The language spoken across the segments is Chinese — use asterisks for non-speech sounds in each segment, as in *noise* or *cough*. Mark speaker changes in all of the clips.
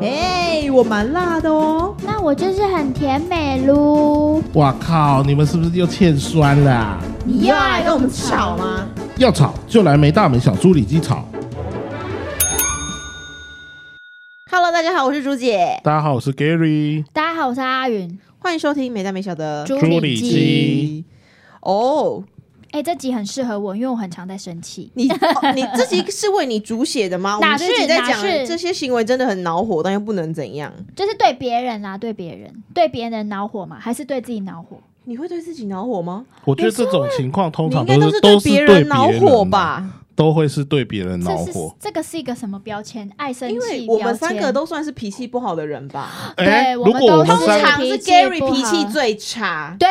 Speaker 1: 哎、我蛮辣的哦。
Speaker 2: 那我就是很甜美噜。
Speaker 3: 哇靠！你们是不是又欠酸啦、
Speaker 1: 你又要来跟我们吵吗？
Speaker 3: 要吵就来没大门小猪里鸡吵。
Speaker 1: ？Hello，大家好，我是朱姐，
Speaker 3: 大家好，我是 Gary。
Speaker 2: 大家好，我是阿云。
Speaker 1: 欢迎收听没大没小的
Speaker 2: 朱
Speaker 3: 朱
Speaker 2: 里
Speaker 3: 里
Speaker 2: 基
Speaker 3: 基，
Speaker 1: 哦，
Speaker 2: 哎、这集很适合我，因为我很常在生气。
Speaker 1: 你哦你自己是为你主写的吗？我们
Speaker 2: *laughs* 哪是
Speaker 1: 这一集在讲
Speaker 2: 哪是
Speaker 1: 这些行为真的很恼火，但又不能怎样。
Speaker 2: 就是对别人啦、对别人，对别人恼火嘛，还是对自己恼火？
Speaker 1: 你会对自己恼火吗？
Speaker 3: 我觉得这种情况通
Speaker 1: 你应
Speaker 3: 常
Speaker 1: 该
Speaker 3: 都
Speaker 1: 是
Speaker 3: 都是
Speaker 1: 别
Speaker 3: 对别
Speaker 1: 恼
Speaker 3: 人
Speaker 1: 火
Speaker 3: 啊？
Speaker 1: 吧？
Speaker 3: 都会是对别人恼
Speaker 2: 这是
Speaker 3: 火。
Speaker 2: 这个是一个什么标签？爱生
Speaker 1: 因为
Speaker 2: 气标
Speaker 1: 我
Speaker 2: 签。
Speaker 1: 们三个都算是脾气不好的人吧。
Speaker 2: 对
Speaker 3: 诶
Speaker 2: 我
Speaker 3: 如
Speaker 2: 们
Speaker 3: 果我
Speaker 2: 都
Speaker 3: 们
Speaker 2: 是常
Speaker 3: 三个，
Speaker 1: 常是
Speaker 2: 脾气
Speaker 1: Gary
Speaker 2: 不好
Speaker 1: 脾气最差，
Speaker 2: 对，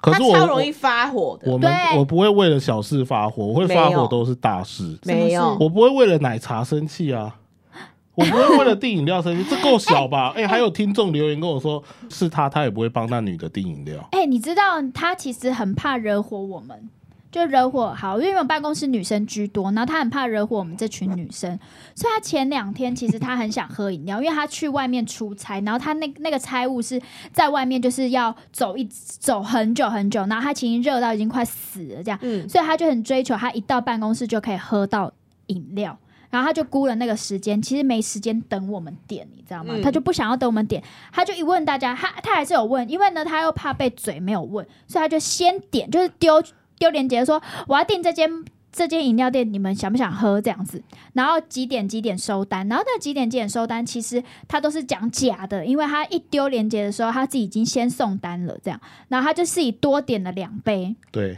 Speaker 3: 可
Speaker 1: 他
Speaker 3: 是我
Speaker 1: 超容易发火
Speaker 3: 我我
Speaker 1: 的。
Speaker 3: 们
Speaker 2: 对
Speaker 3: 我不会为了小事发火，我会
Speaker 1: 没
Speaker 3: 发
Speaker 1: 有
Speaker 3: 火都是大事。
Speaker 1: 没
Speaker 2: 什么
Speaker 1: 有
Speaker 2: 事，
Speaker 3: 我不会为了奶茶生气啊，
Speaker 1: *laughs*
Speaker 3: 我不会为了订饮料生气，这够小吧？哎、还有听众留言跟我说，是他，他也不会帮那女的订饮料。
Speaker 2: 哎、你知道他其实很怕惹火我们，就惹火好，因为我们办公室女生居多，然后他很怕惹火我们这群女生，所以他前两天其实他很想喝饮料，因为他去外面出差，然后他那那个差务是在外面就是要走一走很久很久，然后他其实热到已经快死了这样，
Speaker 1: 嗯，
Speaker 2: 所以他就很追求，他一到办公室就可以喝到饮料。然后他就估了那个时间，其实没时间等我们点，你知道吗？
Speaker 1: 嗯
Speaker 2: 他就不想要等我们点，他就一问大家，他他还是有问，因为呢他又怕被嘴没有问，所以他就先点，就是丢丢链接说我要订这间这间饮料店，你们想不想喝这样子？然后几点几点收单，然后那几点几点收单，其实他都是讲假的，因为他一丢链接的时候，他自己已经先送单了这样，然后他就自己多点了两杯，
Speaker 3: 对，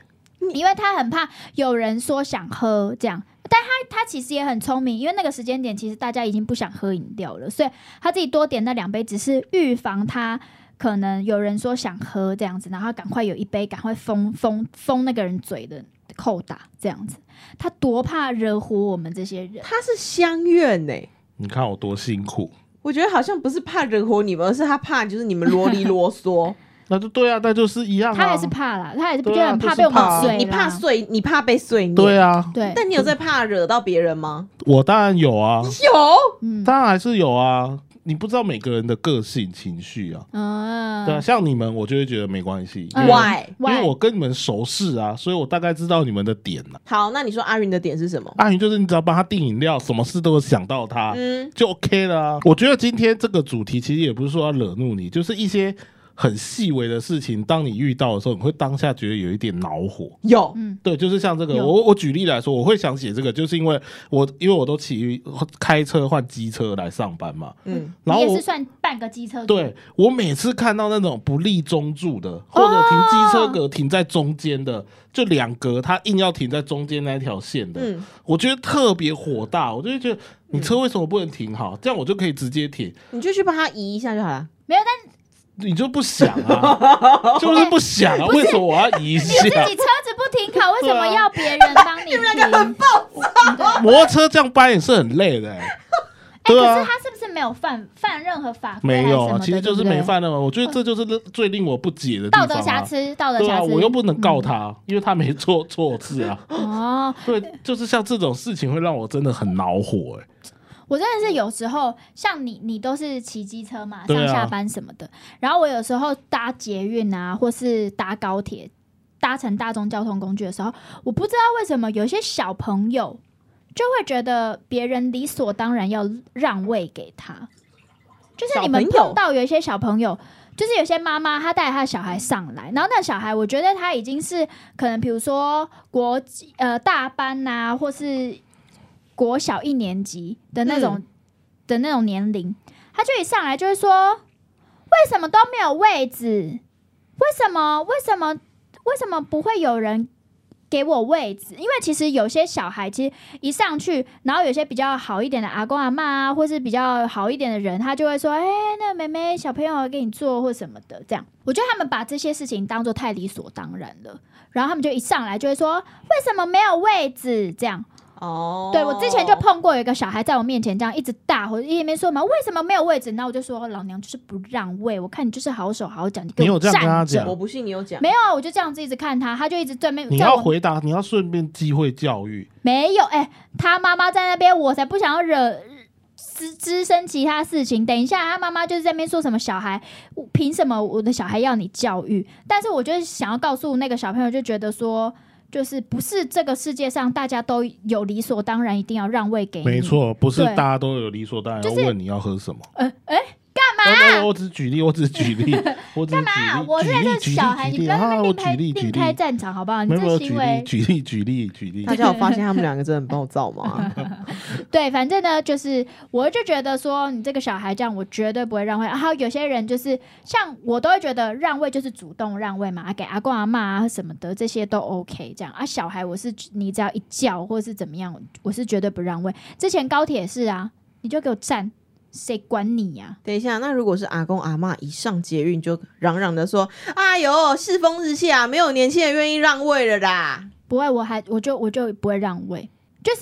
Speaker 2: 因为他很怕有人说想喝这样，但他他其实也很聪明，因为那个时间点其实大家已经不想喝饮料了，所以他自己多点那两杯，只是预防他可能有人说想喝这样子，然后他赶快有一杯，赶快封封封那个人嘴的扣打这样子，他多怕惹火我们这些人。
Speaker 1: 他是相怨欸呢、
Speaker 3: 你看我多辛苦。
Speaker 1: 我觉得好像不是怕惹火你们，而是他怕就是你们啰里啰
Speaker 2: *laughs*
Speaker 1: 嗦。
Speaker 3: 那就对啊，那就是一样啊。
Speaker 2: 他还是怕啦，他还是
Speaker 3: 对啊
Speaker 2: 觉得很怕被我
Speaker 3: 就是怕
Speaker 2: 们
Speaker 3: 啊
Speaker 2: 嘴啦
Speaker 1: 你怕碎，你怕被碎念。
Speaker 3: 对啊，
Speaker 2: 对，
Speaker 1: 但你有在怕惹到别人吗？
Speaker 3: 我当然有啊，
Speaker 1: 有，
Speaker 2: 嗯
Speaker 3: 当然还是有啊。你不知道每个人的个性、情绪啊。
Speaker 2: 嗯
Speaker 3: 对啊，像你们，我就会觉得没关系，因
Speaker 2: 嗯
Speaker 3: 为
Speaker 1: Why？
Speaker 3: 因为我跟你们熟识啊，所以我大概知道你们的点了、
Speaker 1: 好，那你说阿云的点是什么？
Speaker 3: 阿云就是你只要帮他订饮料，什么事都有想到他。
Speaker 1: 嗯，
Speaker 3: 就 OK 了啊。我觉得今天这个主题其实也不是说要惹怒你，就是一些很细微的事情，当你遇到的时候，你会当下觉得有一点恼火。
Speaker 1: 有，
Speaker 2: 嗯
Speaker 3: 对，就是像这个，
Speaker 2: 有
Speaker 3: 我我举例来说，我会想写这个，就是因为我因为我都骑开车换机车来上班嘛，
Speaker 1: 嗯，
Speaker 3: 然
Speaker 2: 你也
Speaker 3: 后我
Speaker 2: 是算半个机车族，
Speaker 3: 对我每次看到那种不立中柱的，或者停机车
Speaker 2: 哦
Speaker 3: 格停在中间的，就两格，他硬要停在中间那条线的，
Speaker 1: 嗯
Speaker 3: 我觉得特别火大，我就会觉得你
Speaker 2: 嗯
Speaker 3: 车为什么不能停好？这样我就可以直接停，
Speaker 1: 你就去帮他移一下就好了。
Speaker 2: 没有，但
Speaker 3: 你就不想
Speaker 2: *laughs*
Speaker 3: 啊，就是不想啊，为什么我要移一下？
Speaker 2: 自己车子不停靠，为什么要别人帮你停？
Speaker 3: 摩托车这样掰也是很累的、欸，
Speaker 2: 哎、
Speaker 3: 对啊
Speaker 2: 可是他是不是没有犯犯任何法规
Speaker 3: 没
Speaker 2: 还是
Speaker 3: 有
Speaker 2: 什
Speaker 3: 啊，
Speaker 2: 么的？
Speaker 3: 其实就是
Speaker 2: 对不对嗯
Speaker 3: 没犯那么，我觉得这就是最令我不解的地
Speaker 2: 道
Speaker 3: 方、啊。
Speaker 2: 德瑕疵，道德
Speaker 3: 对
Speaker 2: 瑕
Speaker 3: 啊，
Speaker 2: 疵。嗯
Speaker 3: 我又不能告他，因为他没做错
Speaker 2: *laughs*
Speaker 3: 事啊。
Speaker 2: 哦，
Speaker 3: 对，就是像这种事情会让我真的很恼火、欸，
Speaker 2: 我真
Speaker 1: 嗯
Speaker 2: 的是有时候像你，你都是骑机车嘛，
Speaker 3: 对
Speaker 2: 上
Speaker 3: 啊
Speaker 2: 下班什么的。然后我有时候搭捷运啊，或是搭高铁，搭乘大众交通工具的时候，我不知道为什么有些小朋友就会觉得别人理所当然要让位给他。就是你们
Speaker 1: 小朋友
Speaker 2: 碰到有一些小朋友，就是有些妈妈她带她的小孩上来，然后那小孩我觉得他已经是可能，比如说国际呃大班呐、或是国小一年级的那种、的那种年龄，他就一上来就会说：“为什么都没有位置？为什么？为什么？为什么不会有人给我位置？”因为其实有些小孩其实一上去，然后有些比较好一点的阿公阿妈啊，或是比较好一点的人，他就会说：“哎、那个妹妹小朋友给你做或什么的。”这样，我觉得他们把这些事情当做太理所当然了，然后他们就一上来就会说：“为什么没有位置？”这样。
Speaker 1: 哦，
Speaker 2: 对我之前就碰过有一个小孩在我面前这样一直大吼，一边说嘛为什么没有位置？然后我就说老娘就是不让位，我看你就是好手好脚，你给
Speaker 3: 你有
Speaker 2: 我
Speaker 3: 这
Speaker 2: 站
Speaker 3: 样跟他
Speaker 2: 着。
Speaker 3: 讲
Speaker 1: 我不信你有讲，
Speaker 2: 没有啊，我就这样子一直看他，他就一直对面
Speaker 3: 你
Speaker 2: 在
Speaker 3: 要
Speaker 2: 我
Speaker 3: 回答，你要顺便机会教育。
Speaker 2: 没有哎、他妈妈在那边，我才不想要惹。滋滋生其他事情，等一下，他妈妈就是在那边说什么小孩，我凭什么我的小孩要你教育？但是我就是想要告诉那个小朋友，就觉得说，就是不是这个世界上大家都有理所当然一定要让位给你，
Speaker 3: 没，错，不是
Speaker 2: 对
Speaker 3: 大家都有理所当然要
Speaker 2: 就是
Speaker 3: 问你要喝什么。
Speaker 2: 呃，哎、
Speaker 3: 干嘛？我只举例，我只举
Speaker 2: *laughs*
Speaker 3: 例，我只举
Speaker 2: 干
Speaker 3: 例。
Speaker 2: 嘛？我
Speaker 3: 举
Speaker 2: 现在
Speaker 3: 例
Speaker 2: 是
Speaker 3: 举
Speaker 2: 小
Speaker 3: 例
Speaker 2: 孩，
Speaker 3: 举
Speaker 2: 你
Speaker 3: 例
Speaker 2: 不要在
Speaker 3: 啊！
Speaker 2: 那
Speaker 3: 我
Speaker 2: 边
Speaker 3: 举
Speaker 2: 另开
Speaker 3: 例举
Speaker 2: 另开
Speaker 3: 例，
Speaker 2: 战场好不好？你
Speaker 3: 没有没
Speaker 2: 这
Speaker 3: 有举
Speaker 2: 行
Speaker 3: 例
Speaker 2: 为
Speaker 3: 举例举例举例
Speaker 1: 大。家有发现他们两个真的很暴躁
Speaker 2: *laughs*
Speaker 1: 吗？
Speaker 2: 对，反正呢，就是我就觉得说，你这个小孩这样，我绝对不会让位。然后有些人就是像我都会觉得让位就是主动让位嘛，啊给阿公阿妈啊什么的，这些都 OK 这样啊。小孩我是你只要一叫或是怎么样，我是绝对不让位。之前高铁也是啊，你就给我站，谁管你呀、
Speaker 1: 等一下，那如果是阿公阿嬷一上捷运就嚷嚷的说：“哎呦，世风日下，没有年轻人愿意让位了啦
Speaker 2: 不会，我还我就我就不会让位，就是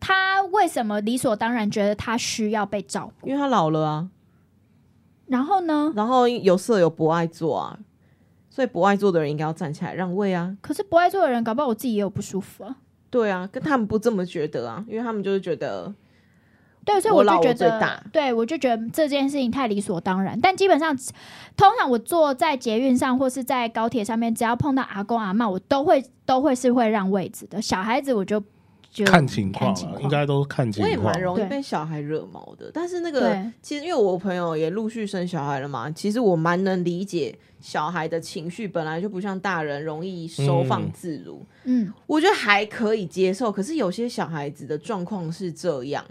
Speaker 2: 他为什么理所当然觉得他需要被照！”顾？
Speaker 1: 因为他老了啊，
Speaker 2: 然后呢？
Speaker 1: 然后有色有不爱做啊，所以不爱做的人应该要站起来让位啊。
Speaker 2: 可是不爱做的人，搞不好我自己也有不舒服啊。
Speaker 1: 对啊，跟他们不这么觉得啊，因为他们就是觉得
Speaker 2: 对，所以
Speaker 1: 我
Speaker 2: 我就
Speaker 1: 老
Speaker 2: 觉
Speaker 1: 我最
Speaker 2: 得，
Speaker 1: 大
Speaker 2: 对我就觉得这件事情太理所当然。但基本上，通常我坐在捷运上或是在高铁上面，只要碰到阿公阿嬷，我都会都会是会让位置的。小孩子我就就
Speaker 3: 看情况
Speaker 2: 看情
Speaker 3: 了，
Speaker 2: 况
Speaker 3: 应该都看情
Speaker 1: 我
Speaker 3: 况。
Speaker 1: 也蛮容易
Speaker 2: 对
Speaker 1: 被小孩惹毛的。但是那个
Speaker 2: 对
Speaker 1: 其实因为我朋友也陆续生小孩了嘛，其实我蛮能理解小孩的情绪，本来就不像大人容易收放
Speaker 3: 嗯
Speaker 1: 自如。
Speaker 2: 嗯，
Speaker 1: 我觉得还可以接受，可是有些小孩子的状况是这样，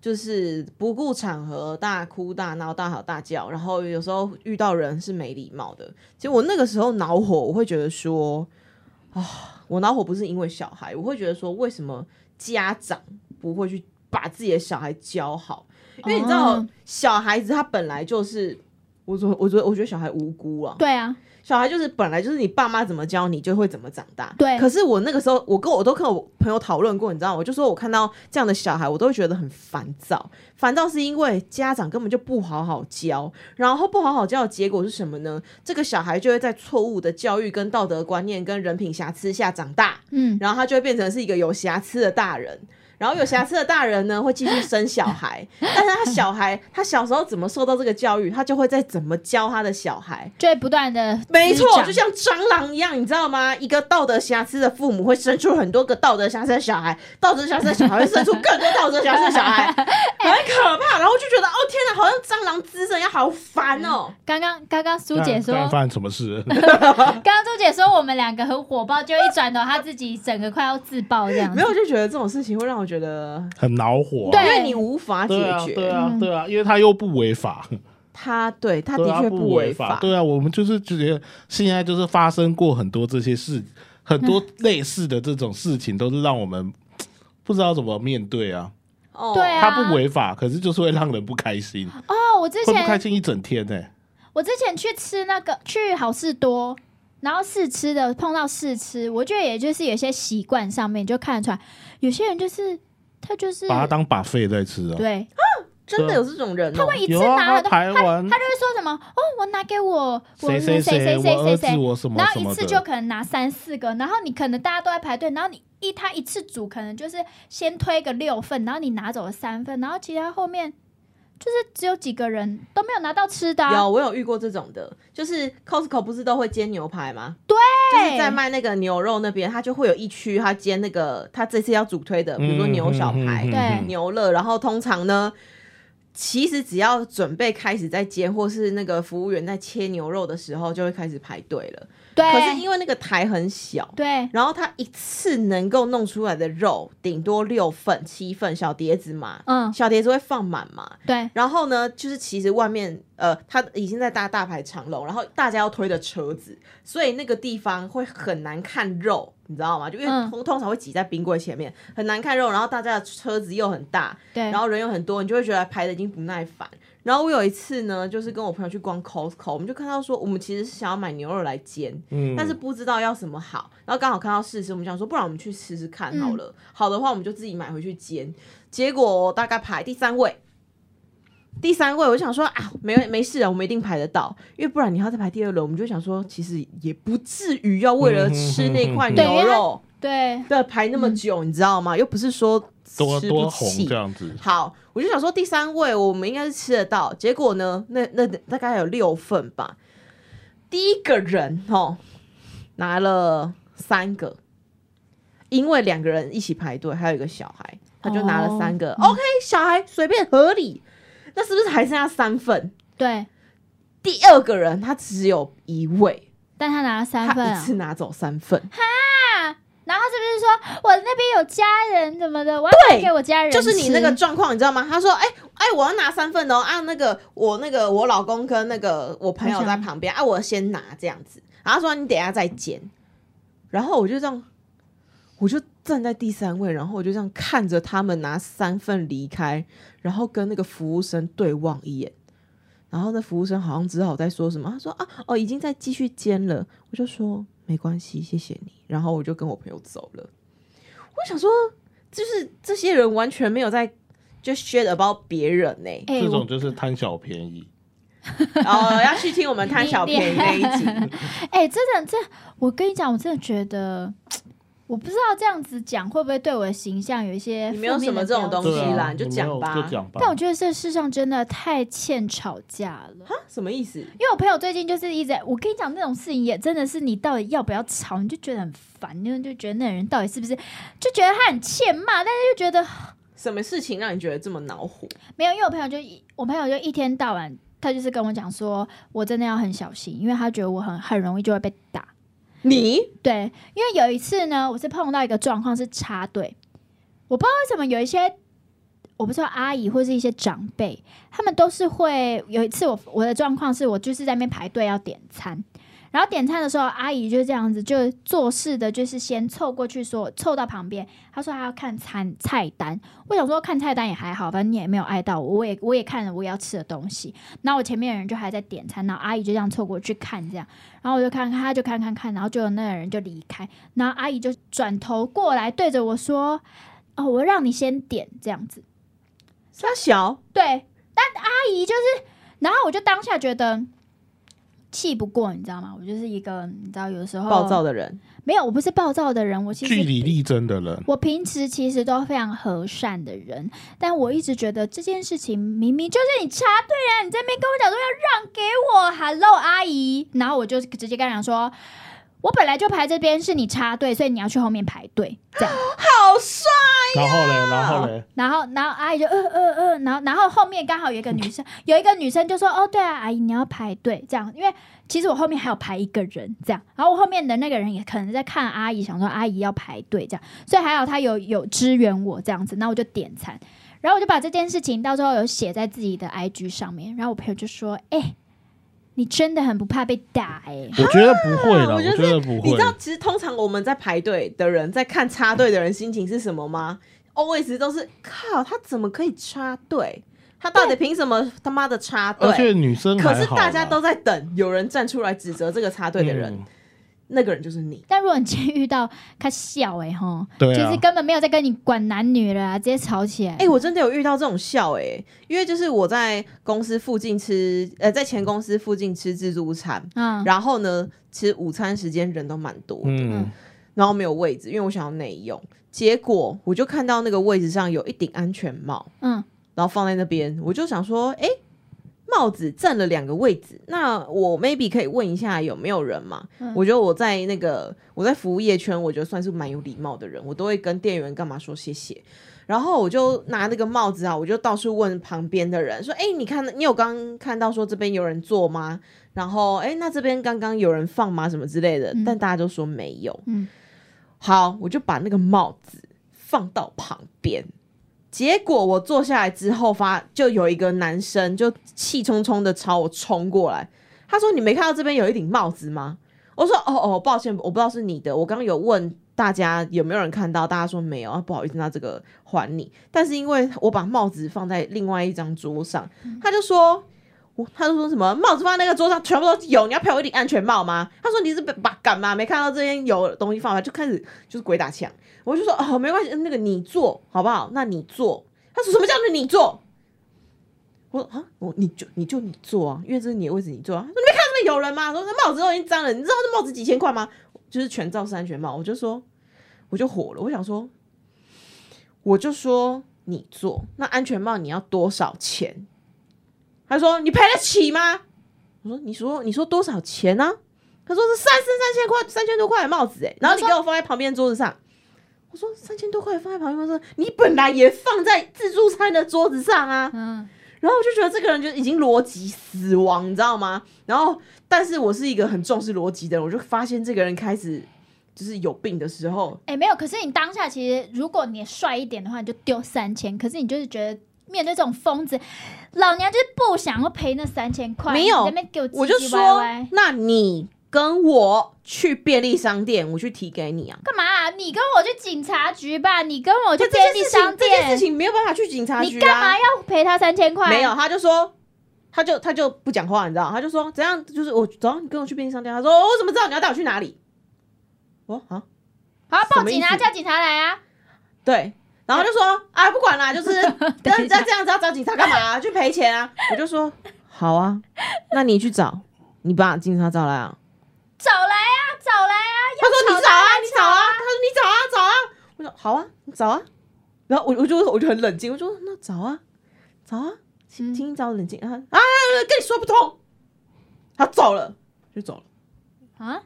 Speaker 1: 就是不顾场合大哭大闹大吼大叫，然后有时候遇到人是没礼貌的。其实我那个时候恼火，我会觉得说，啊，我恼火不是因为小孩，我会觉得说，为什么家长不会去把自己的小孩教好？因为你知道，
Speaker 2: 哦
Speaker 1: 小孩子他本来就是。我说，我觉得，我觉得小孩无辜啊，
Speaker 2: 对啊，
Speaker 1: 小孩就是本来就是你爸妈怎么教你就会怎么长大。
Speaker 2: 对
Speaker 1: 可是我那个时候，我跟我都跟我朋友讨论过，你知道吗，我就说我看到这样的小孩，我都会觉得很烦躁。烦躁是因为家长根本就不好好教，然后不好好教的结果是什么呢？这个小孩就会在错误的教育、跟道德观念、跟人品瑕疵下长大，
Speaker 2: 嗯，
Speaker 1: 然后他就会变成是一个有瑕疵的大人。然后有瑕疵的大人呢，会继续生小孩，但是他小孩，他小时候怎么受到这个教育，他就会再怎么教他的小孩。
Speaker 2: 就会不断的
Speaker 1: 没错，就像蟑螂一样，你知道吗？一个道德瑕疵的父母会生出很多个道德瑕疵的小孩，道德瑕疵的小孩会生出更多道德瑕疵的小孩， *laughs* 很可怕。然后就觉得，哦天哪，好像蟑螂滋生一样，好烦哦。
Speaker 2: 刚刚刚刚苏姐说，
Speaker 3: 刚刚发生什么事？
Speaker 2: 刚刚苏姐说我们两个很火爆，就一转头她自己整个快要自爆这样
Speaker 1: *laughs* 没
Speaker 2: 子。
Speaker 1: 有，就觉得这种事情会让我觉得，
Speaker 3: 很恼火啊。
Speaker 2: 对
Speaker 1: 因为你无法解
Speaker 3: 对啊，
Speaker 1: 决。
Speaker 3: 对啊
Speaker 2: 嗯，
Speaker 3: 对啊，因为他又不违法，
Speaker 1: 他对他的
Speaker 3: 对啊，
Speaker 1: 确
Speaker 3: 不
Speaker 1: 违
Speaker 3: 法。对啊，我们就是觉得现在就是发生过很多这些事，很多类似的这种事情，都是让我们不知道怎么面对啊。
Speaker 1: 哦
Speaker 2: 对啊
Speaker 3: 他不违法，可是就是会让人不开心，
Speaker 1: 啊
Speaker 2: 哦，我之
Speaker 3: 会不
Speaker 2: 前
Speaker 3: 开心一整天呢、
Speaker 2: 我之前去吃那个去好事多，然后试吃的碰到试吃，我觉得也就是有些习惯上面你就看得出来，有些人就是他就是
Speaker 3: 把它当把费在吃哦。
Speaker 2: 对，
Speaker 1: 真的有这种人、哦。
Speaker 2: 他会一次
Speaker 3: 有啊，
Speaker 2: 拿
Speaker 3: 他
Speaker 2: 了都、
Speaker 3: 排
Speaker 2: 他
Speaker 3: 完
Speaker 2: 他就会说什么哦，我拿给我我
Speaker 3: 谁
Speaker 2: 谁
Speaker 3: 谁，
Speaker 2: 谁
Speaker 3: 我儿
Speaker 2: 谁
Speaker 3: 子
Speaker 2: 谁，
Speaker 3: 我什么
Speaker 2: 然后
Speaker 3: 什
Speaker 2: 一
Speaker 3: 么
Speaker 2: 次就
Speaker 3: 的，
Speaker 2: 可能拿三四个，然后你可能大家都在排队，然后你一他一次煮可能就是先推个六份，然后你拿走了三份，然后其他后面就是只有几个人都没有拿到吃的、啊
Speaker 1: 有，，我有遇过这种的，就是 Costco 不是都会煎牛排吗？
Speaker 2: 对
Speaker 1: 就是在卖那个牛肉那边，它就会有一区它煎那个，它这次要主推的，比如说牛小排、
Speaker 3: 嗯嗯嗯嗯嗯
Speaker 2: 对
Speaker 3: 嗯
Speaker 1: 牛肋，然后通常呢。其实只要准备开始在煎，或是那个服务员在切牛肉的时候，就会开始排队了。
Speaker 2: 对，
Speaker 1: 可是因为那个台很小，
Speaker 2: 对
Speaker 1: 然后它一次能够弄出来的肉顶多六份、七份小碟子嘛，
Speaker 2: 嗯
Speaker 1: 小碟子会放满嘛，
Speaker 2: 对
Speaker 1: 然后呢，就是其实外面呃，他已经在大大排长龙，然后大家要推的车子，所以那个地方会很难看肉，你知道吗？就因
Speaker 2: 嗯
Speaker 1: 为通通常会挤在冰柜前面，很难看肉，然后大家的车子又很大，
Speaker 2: 对，
Speaker 1: 然后人又很多，你就会觉得排的已经不耐烦。然后我有一次呢，就是跟我朋友去逛 Costco，我们就看到说，我们其实是想要买牛肉来煎，
Speaker 3: 嗯，
Speaker 1: 但是不知道要什么好，然后刚好看到试吃，我们想说，不然我们去吃吃看好了。
Speaker 3: 嗯
Speaker 1: 好的话，我们就自己买回去煎。结果大概排第三位，第三位，我就想说啊，没没事啊，我们一定排得到，因为不然你要再排第二轮，我们就想说，其实也不至于要为了吃那块
Speaker 3: 嗯嗯嗯嗯嗯
Speaker 2: 对因为
Speaker 1: 牛
Speaker 2: 它
Speaker 1: 肉，
Speaker 2: 对，
Speaker 1: 对，排那么久，你知道吗？又不是说吃
Speaker 3: 多多
Speaker 1: 不
Speaker 3: 红
Speaker 1: 起
Speaker 3: 这。样子，
Speaker 1: 好，我就想说第三位我们应该是吃得到，结果呢，那那大概有六份吧。第一个人哦，拿了三个，因为两个人一起排队，还有一个小孩，他就拿了三个。OK，小
Speaker 2: 哦
Speaker 1: 孩随便合理，那是不是还剩下三份？
Speaker 2: 对，
Speaker 1: 第二个人他只有一位，
Speaker 2: 但他拿了三份
Speaker 1: 他一
Speaker 2: 啊。
Speaker 1: 次拿走三份，
Speaker 2: 然后他是不是说我那边有家人怎么的，我要
Speaker 1: 对
Speaker 2: 拿给我家人
Speaker 1: 就是你那个
Speaker 2: 吃
Speaker 1: 状况，你知道吗？他说：“哎、哎、我要拿三份哦啊，那个我那个我老公跟那个我朋友在旁边啊，我先拿这样子。”然后他说：“你等一下再捡。”然后我就这样，我就站在第三位，然后我就这样看着他们拿三份离开，然后跟那个服务生对望一眼。然后那服务生好像知道我在说什么，他说：“啊哦，已经在继续煎了。”我就说：“没关系，谢谢你。”然后我就跟我朋友走了。我想说。就是这些人完全没有在就 share about 别人欸呢、 *laughs*
Speaker 2: 哎、
Speaker 3: 这
Speaker 2: 我
Speaker 3: 种就是贪小便宜。
Speaker 1: 然后哦要去听我们贪小便宜那一集， *laughs*
Speaker 2: 哎、真的，这我跟你讲，我真的觉得，我不知道这样子讲会不会对我的形象有一些
Speaker 1: 你没有
Speaker 2: 负面
Speaker 1: 什么
Speaker 2: 的
Speaker 1: 这种
Speaker 2: 标
Speaker 1: 东
Speaker 2: 签
Speaker 1: 西
Speaker 3: 对
Speaker 1: 啦
Speaker 3: 啊，
Speaker 1: 你就
Speaker 3: 没
Speaker 1: 讲
Speaker 3: 有
Speaker 1: 吧
Speaker 3: 就讲吧。
Speaker 2: 但我觉得这世上真的太欠吵架了，
Speaker 1: 什么意思？
Speaker 2: 因为我朋友最近就是一直在，我跟你讲那种事情也真的是你到底要不要吵，你就觉得很烦，因为就觉得那人到底是不是，就觉得他很欠骂，但是就觉得
Speaker 1: 什么事情让你觉得这么恼火？
Speaker 2: 没有，因为我朋友就一我朋友就一天到晚，他就是跟我讲说，我真的要很小心，因为他觉得我很很容易就会被打。
Speaker 1: 你
Speaker 2: 对，因为有一次呢，我是碰到一个状况是插队，我不知道为什么有一些，我不知道阿姨或是一些长辈，他们都是会有一次我我的状况是我就是在那边排队要点餐，然后点餐的时候，阿姨就这样子就做事的，就是先凑过去说凑到旁边，她说她要看餐菜单，我想说看菜单也还好，反正你也没有碍到我，我也我也看了我也要吃的东西，然后我前面的人就还在点餐，然后阿姨就这样凑过去看这样。然后我就看看，他就看看看，然后就有那个人就离开，然后阿姨就转头过来对着我说：“哦，我让你先点这样子。
Speaker 1: 他小”
Speaker 2: 对，但阿姨就是，然后我就当下觉得气不过，你知道吗？我就是一个你知道有时候
Speaker 1: 暴躁，的人，
Speaker 2: 没有，我不是暴躁的人，我其实
Speaker 3: 据理力争的
Speaker 1: 哎
Speaker 3: 人，
Speaker 2: 我平时其实都非常和善的人，但我一直觉得这件事情明明就是你插队啊！你这边跟我讲说要让给我，Hello 阿姨，然后我就直接跟他讲说，我本来就排这边是你插队，所以你要去后面排队这样。
Speaker 1: 好帅，哦
Speaker 3: 然后嘞，然后嘞，
Speaker 2: 然后，然后阿姨就呃呃呃，然后然后后面刚好有一个女生，有一个女生就说：“哦，对啊，阿姨你要排队这样，因为其实我后面还有排一个人这样，然后我后面的那个人也可能在看阿姨，想说阿姨要排队这样，所以还好她有有支援我这样子，那我就点餐，然后我就把这件事情到最后有写在自己的 IG 上面，然后我朋友就说：哎、你真的很不怕被打哎、
Speaker 3: 我觉得不会啦，
Speaker 1: *laughs* 我
Speaker 3: 我
Speaker 1: 觉得
Speaker 3: 觉得不
Speaker 1: 你
Speaker 3: 会
Speaker 1: 知。道其实通常我们在排队的人，在看插队的人心情是什么吗？always 都是靠他怎么可以插队？他到底凭什么他妈的插
Speaker 3: 而且
Speaker 1: 队？
Speaker 3: 女生
Speaker 1: 可
Speaker 3: 还
Speaker 1: 是
Speaker 3: 好
Speaker 1: 大家
Speaker 3: 啦
Speaker 1: 都在等有人站出来指责这个插队的人，
Speaker 3: 嗯
Speaker 1: 那个人就是你。
Speaker 2: 但如果你今天遇到他笑哎、吼，
Speaker 3: 对
Speaker 2: 就
Speaker 3: 啊
Speaker 2: 是，根本没有在跟你管男女了、啊，直接吵起来。
Speaker 1: 哎、我真的有遇到这种笑哎、因为就是我在公司附近吃，呃，在前公司附近吃自助餐，
Speaker 2: 嗯，
Speaker 1: 然后呢，其实午餐时间人都蛮多，
Speaker 3: 嗯，
Speaker 1: 然后没有位置，因为我想要内用，结果我就看到那个位置上有一顶安全帽，
Speaker 2: 嗯，
Speaker 1: 然后放在那边，我就想说，哎、帽子占了两个位置，那我 maybe 可以问一下有没有人嘛？
Speaker 2: 嗯
Speaker 1: 我觉得我在那个我在服务业圈，我觉得算是蛮有礼貌的人，我都会跟店员干嘛说谢谢。然后我就拿那个帽子啊，我就到处问旁边的人说：“哎、你看，你有刚看到说这边有人坐吗？然后，哎、那这边刚刚有人放吗？什么之类的。
Speaker 2: 嗯
Speaker 1: 但大家都说没有。
Speaker 2: 嗯，
Speaker 1: 好，我就把那个帽子放到旁边。结果我坐下来之后发，就有一个男生就气冲冲的朝我冲过来，他说：“你没看到这边有一顶帽子吗？”我说：“哦哦，抱歉，我不知道是你的，我刚刚有问大家有没有人看到？大家说没有啊，不好意思，那这个还你。但是因为我把帽子放在另外一张桌上，他就说。我他就说什么帽子放在那个桌上，全部都有，你要赔我一顶安全帽吗？他说你是被把杆吗？没看到这边有东西放吗，就开始就是鬼打墙。我就说哦，没关系，那个你坐好不好？那你坐。他说什么叫做你坐？我说啊，我你就你就你坐啊，因为这是你的位置，你坐啊。他说你没看到这边有人吗？说那帽子都已经脏了，你知道这帽子几千块吗？就是全罩式安全帽，我就说我就火了，我想说，我就说你坐，那安全帽你要多少钱？他说你赔得起吗？我说你说你说多少钱呢、他说是三三三千块三千多块的帽子哎、然后你
Speaker 2: 他
Speaker 1: 给
Speaker 2: 说
Speaker 1: 我放在旁边桌子上。我说三千多块放在旁边桌子上，你本来也放在自助餐的桌子上啊。
Speaker 2: 嗯，
Speaker 1: 然后我就觉得这个人就已经逻辑死亡，你知道吗？然后，但是我是一个很重视逻辑的人，我就发现这个人开始就是有病的时候，
Speaker 2: 哎、没有。可是你当下其实，如果你帅一点的话，你就丢三千。可是你就是觉得面对这种疯子，老娘就是不想要赔那三千块。
Speaker 1: 没有
Speaker 2: 你在那边给我唧唧
Speaker 1: 我就
Speaker 2: 歪
Speaker 1: 说
Speaker 2: 歪，
Speaker 1: 那你跟我去便利商店，我去提给你啊。
Speaker 2: 干嘛啊、你跟我去警察局吧，你跟我去
Speaker 1: 这
Speaker 2: 便
Speaker 1: 件
Speaker 2: 利
Speaker 1: 事情
Speaker 2: 商，
Speaker 1: 这件事
Speaker 2: 店，
Speaker 1: 情没有办法去警察
Speaker 2: 你
Speaker 1: 局
Speaker 2: 干
Speaker 1: 啊
Speaker 2: 嘛。要赔他三千块？
Speaker 1: 没有，，他就说，他就他就不讲话，你知道？他就说怎样？就是我走啊，你跟我去便利商店。他说哦我怎么知道你要带我去哪里？我啊，
Speaker 2: 好
Speaker 1: 什
Speaker 2: 报
Speaker 1: 么意
Speaker 2: 警啊，
Speaker 1: 思
Speaker 2: 叫警察来啊！
Speaker 1: 对，然后就说 *laughs* 啊，不管啦，就是
Speaker 2: 等
Speaker 1: 那
Speaker 2: 一下
Speaker 1: 那这样子要找警察干嘛、去赔钱啊？我就说好啊，那你去找，你把警察找来啊。
Speaker 2: 找来啊，找来啊！
Speaker 1: 他说你找啊，你找啊，他说你找啊，找啊。我说好啊，你找啊。然后我我就我就很冷静，我就说那找啊，找啊，请
Speaker 2: 嗯
Speaker 1: 请你找冷静啊啊，跟你说不通。他走了，就走了。
Speaker 2: 啊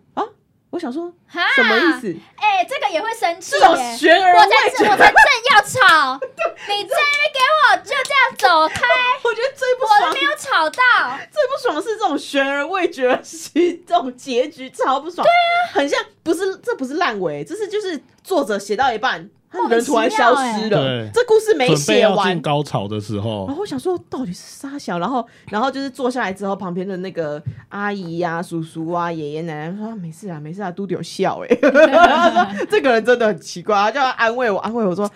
Speaker 1: 我想说
Speaker 2: 哈，
Speaker 1: 什么意？思？
Speaker 2: 哎、这个也会生气
Speaker 1: 这
Speaker 2: 耶、
Speaker 1: 种学而
Speaker 2: 我
Speaker 1: 未
Speaker 2: 才
Speaker 1: 决，
Speaker 2: 正我才正要吵，你在那边给我就这样走开，
Speaker 1: *laughs* 我觉得最不
Speaker 2: 我
Speaker 1: 爽
Speaker 2: 都没有吵到。
Speaker 1: 最不爽的是这种悬而未决的戏，这种结局超不爽。对啊，很像不是这不是烂尾，这是就是作者写到一半，他
Speaker 2: 莫名
Speaker 1: 人
Speaker 2: 其
Speaker 1: 突然
Speaker 2: 妙
Speaker 1: 消失
Speaker 2: 欸
Speaker 1: 了
Speaker 3: 对，
Speaker 1: 这故事没
Speaker 3: 准备
Speaker 1: 写
Speaker 3: 要进
Speaker 1: 完。
Speaker 3: 高潮的时候
Speaker 1: 然，后我想说，到底是沙小，然后然后就是坐下来之后，旁边的那个阿姨呀、叔叔啊、爷爷奶奶说、啊没事啊，没事啊，嘟嘟有笑
Speaker 2: *laughs*
Speaker 1: 哎、他 *laughs* 说这个人真的很奇怪，他就要安慰我，安慰我说，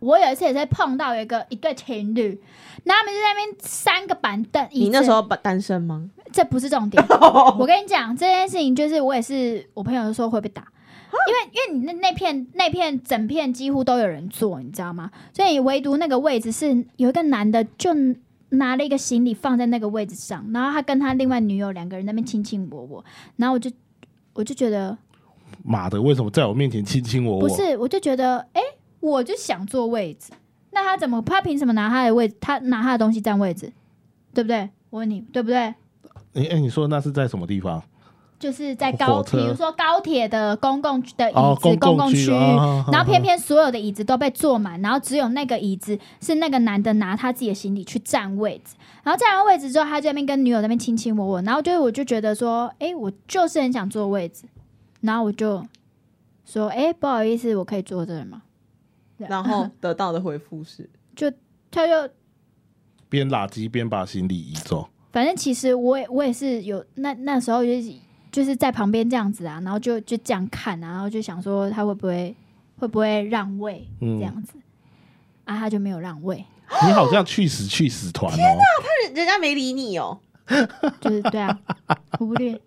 Speaker 2: 我有一次也是碰到有一个一对情侣，然后他们就在那边三个板凳，椅
Speaker 1: 你那
Speaker 2: 子
Speaker 1: 时候单身吗？
Speaker 2: 这不是重点。我跟你讲这件事情，就是我也是我朋友说会被打，因为因为你那那片那片整片几乎都有人坐，你知道吗？所以唯独那个位置是有一个男的就拿了一个行李放在那个位置上，然后他跟他另外女友两个人在那边卿卿我我，然后我就我就觉得
Speaker 3: 妈的，为什么在我面前卿卿我
Speaker 2: 不
Speaker 3: 我？
Speaker 2: 是，我就觉得哎、诶我就想坐位置，那他怎么他凭什么拿他的位置，他拿他的东西占位置，对不对？我问你对不对？
Speaker 3: 哎、哎、你说那是在什么地方？
Speaker 2: 就是在
Speaker 3: 哦火
Speaker 2: 高，
Speaker 3: 车
Speaker 2: 比如说高铁的公共区的椅子、
Speaker 3: 哦公
Speaker 2: 公
Speaker 3: 共
Speaker 2: 共
Speaker 3: 区
Speaker 2: 区，
Speaker 3: 哦
Speaker 2: 然后偏偏所有的椅子都被坐满，然后只有那个椅子是那个男的拿他自己的行李去占位置，然后占完位置之后，他就在那边跟女友在那边卿卿我我，然后就我就觉得说，哎，我就是很想坐位置，然后我就说，哎，不好意思，我可以坐这儿吗？
Speaker 1: 然后得到的回复是，
Speaker 2: *laughs* 他就
Speaker 3: 边拉鸡边把行李移走，
Speaker 2: 反正其实我也我也是有那那时候就是就是在旁边这样子啊，然后就就这样看啊、然后就想说他会不会会不会让位
Speaker 3: 嗯
Speaker 2: 这样子、啊，他就没有让位， *laughs*
Speaker 3: 你好像去死去死团哦！
Speaker 1: 人 *laughs* 人家没理你哦，
Speaker 2: 就是
Speaker 1: *laughs*
Speaker 2: 对啊，忽略。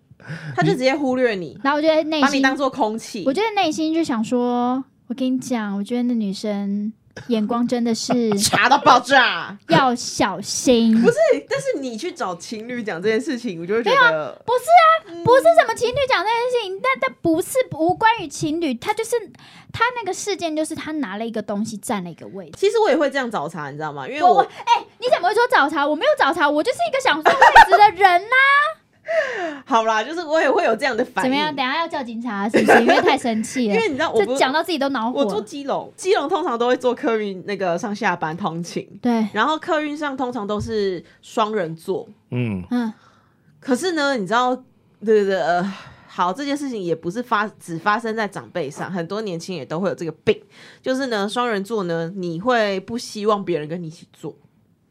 Speaker 1: 他就直接忽略你，
Speaker 2: 然后我就在内
Speaker 1: 把你
Speaker 2: 心，
Speaker 1: 当做空气
Speaker 2: 我。就在内心就想说，我跟你讲，我觉得那女生眼光真的
Speaker 1: *laughs*
Speaker 2: 是
Speaker 1: 查到爆 *laughs* 炸。
Speaker 2: 要小心，不是
Speaker 1: 对，但是你去找情侣讲这件事情，我就会觉
Speaker 2: 啊
Speaker 1: 得，
Speaker 2: 不是什么情侣讲这件事情，但但不是无关于情侣，他就是他那个事件就是他拿了一个东西占了一个位置。
Speaker 1: 其实我也会这样找茬，你知道吗？因为
Speaker 2: 我我
Speaker 1: 我
Speaker 2: 哎、你怎么会说找茬？我没有找茬，我就是一个想坐位置的人呐、
Speaker 1: 好啦，就是我也会有这样的反
Speaker 2: 怎
Speaker 1: 应。
Speaker 2: 么样？等一下要叫警察是不是？因为太生气
Speaker 1: 因
Speaker 2: 了
Speaker 1: 为，你知道 *laughs* 我不
Speaker 2: 这
Speaker 1: 是，
Speaker 2: 讲到自己都恼火
Speaker 1: 我住
Speaker 2: 了。
Speaker 1: 基隆，基隆通常都会坐客运那个上下班通勤，
Speaker 2: 对，
Speaker 1: 然后客运上通常都是双人座，
Speaker 3: 嗯，
Speaker 2: 嗯，
Speaker 1: 可是呢，你知道，对对对，呃，好，这件事情也不是发只发生在长辈上，很多年轻人都会有这个病，就是呢，双人座呢，你会不希望别人跟你一起坐，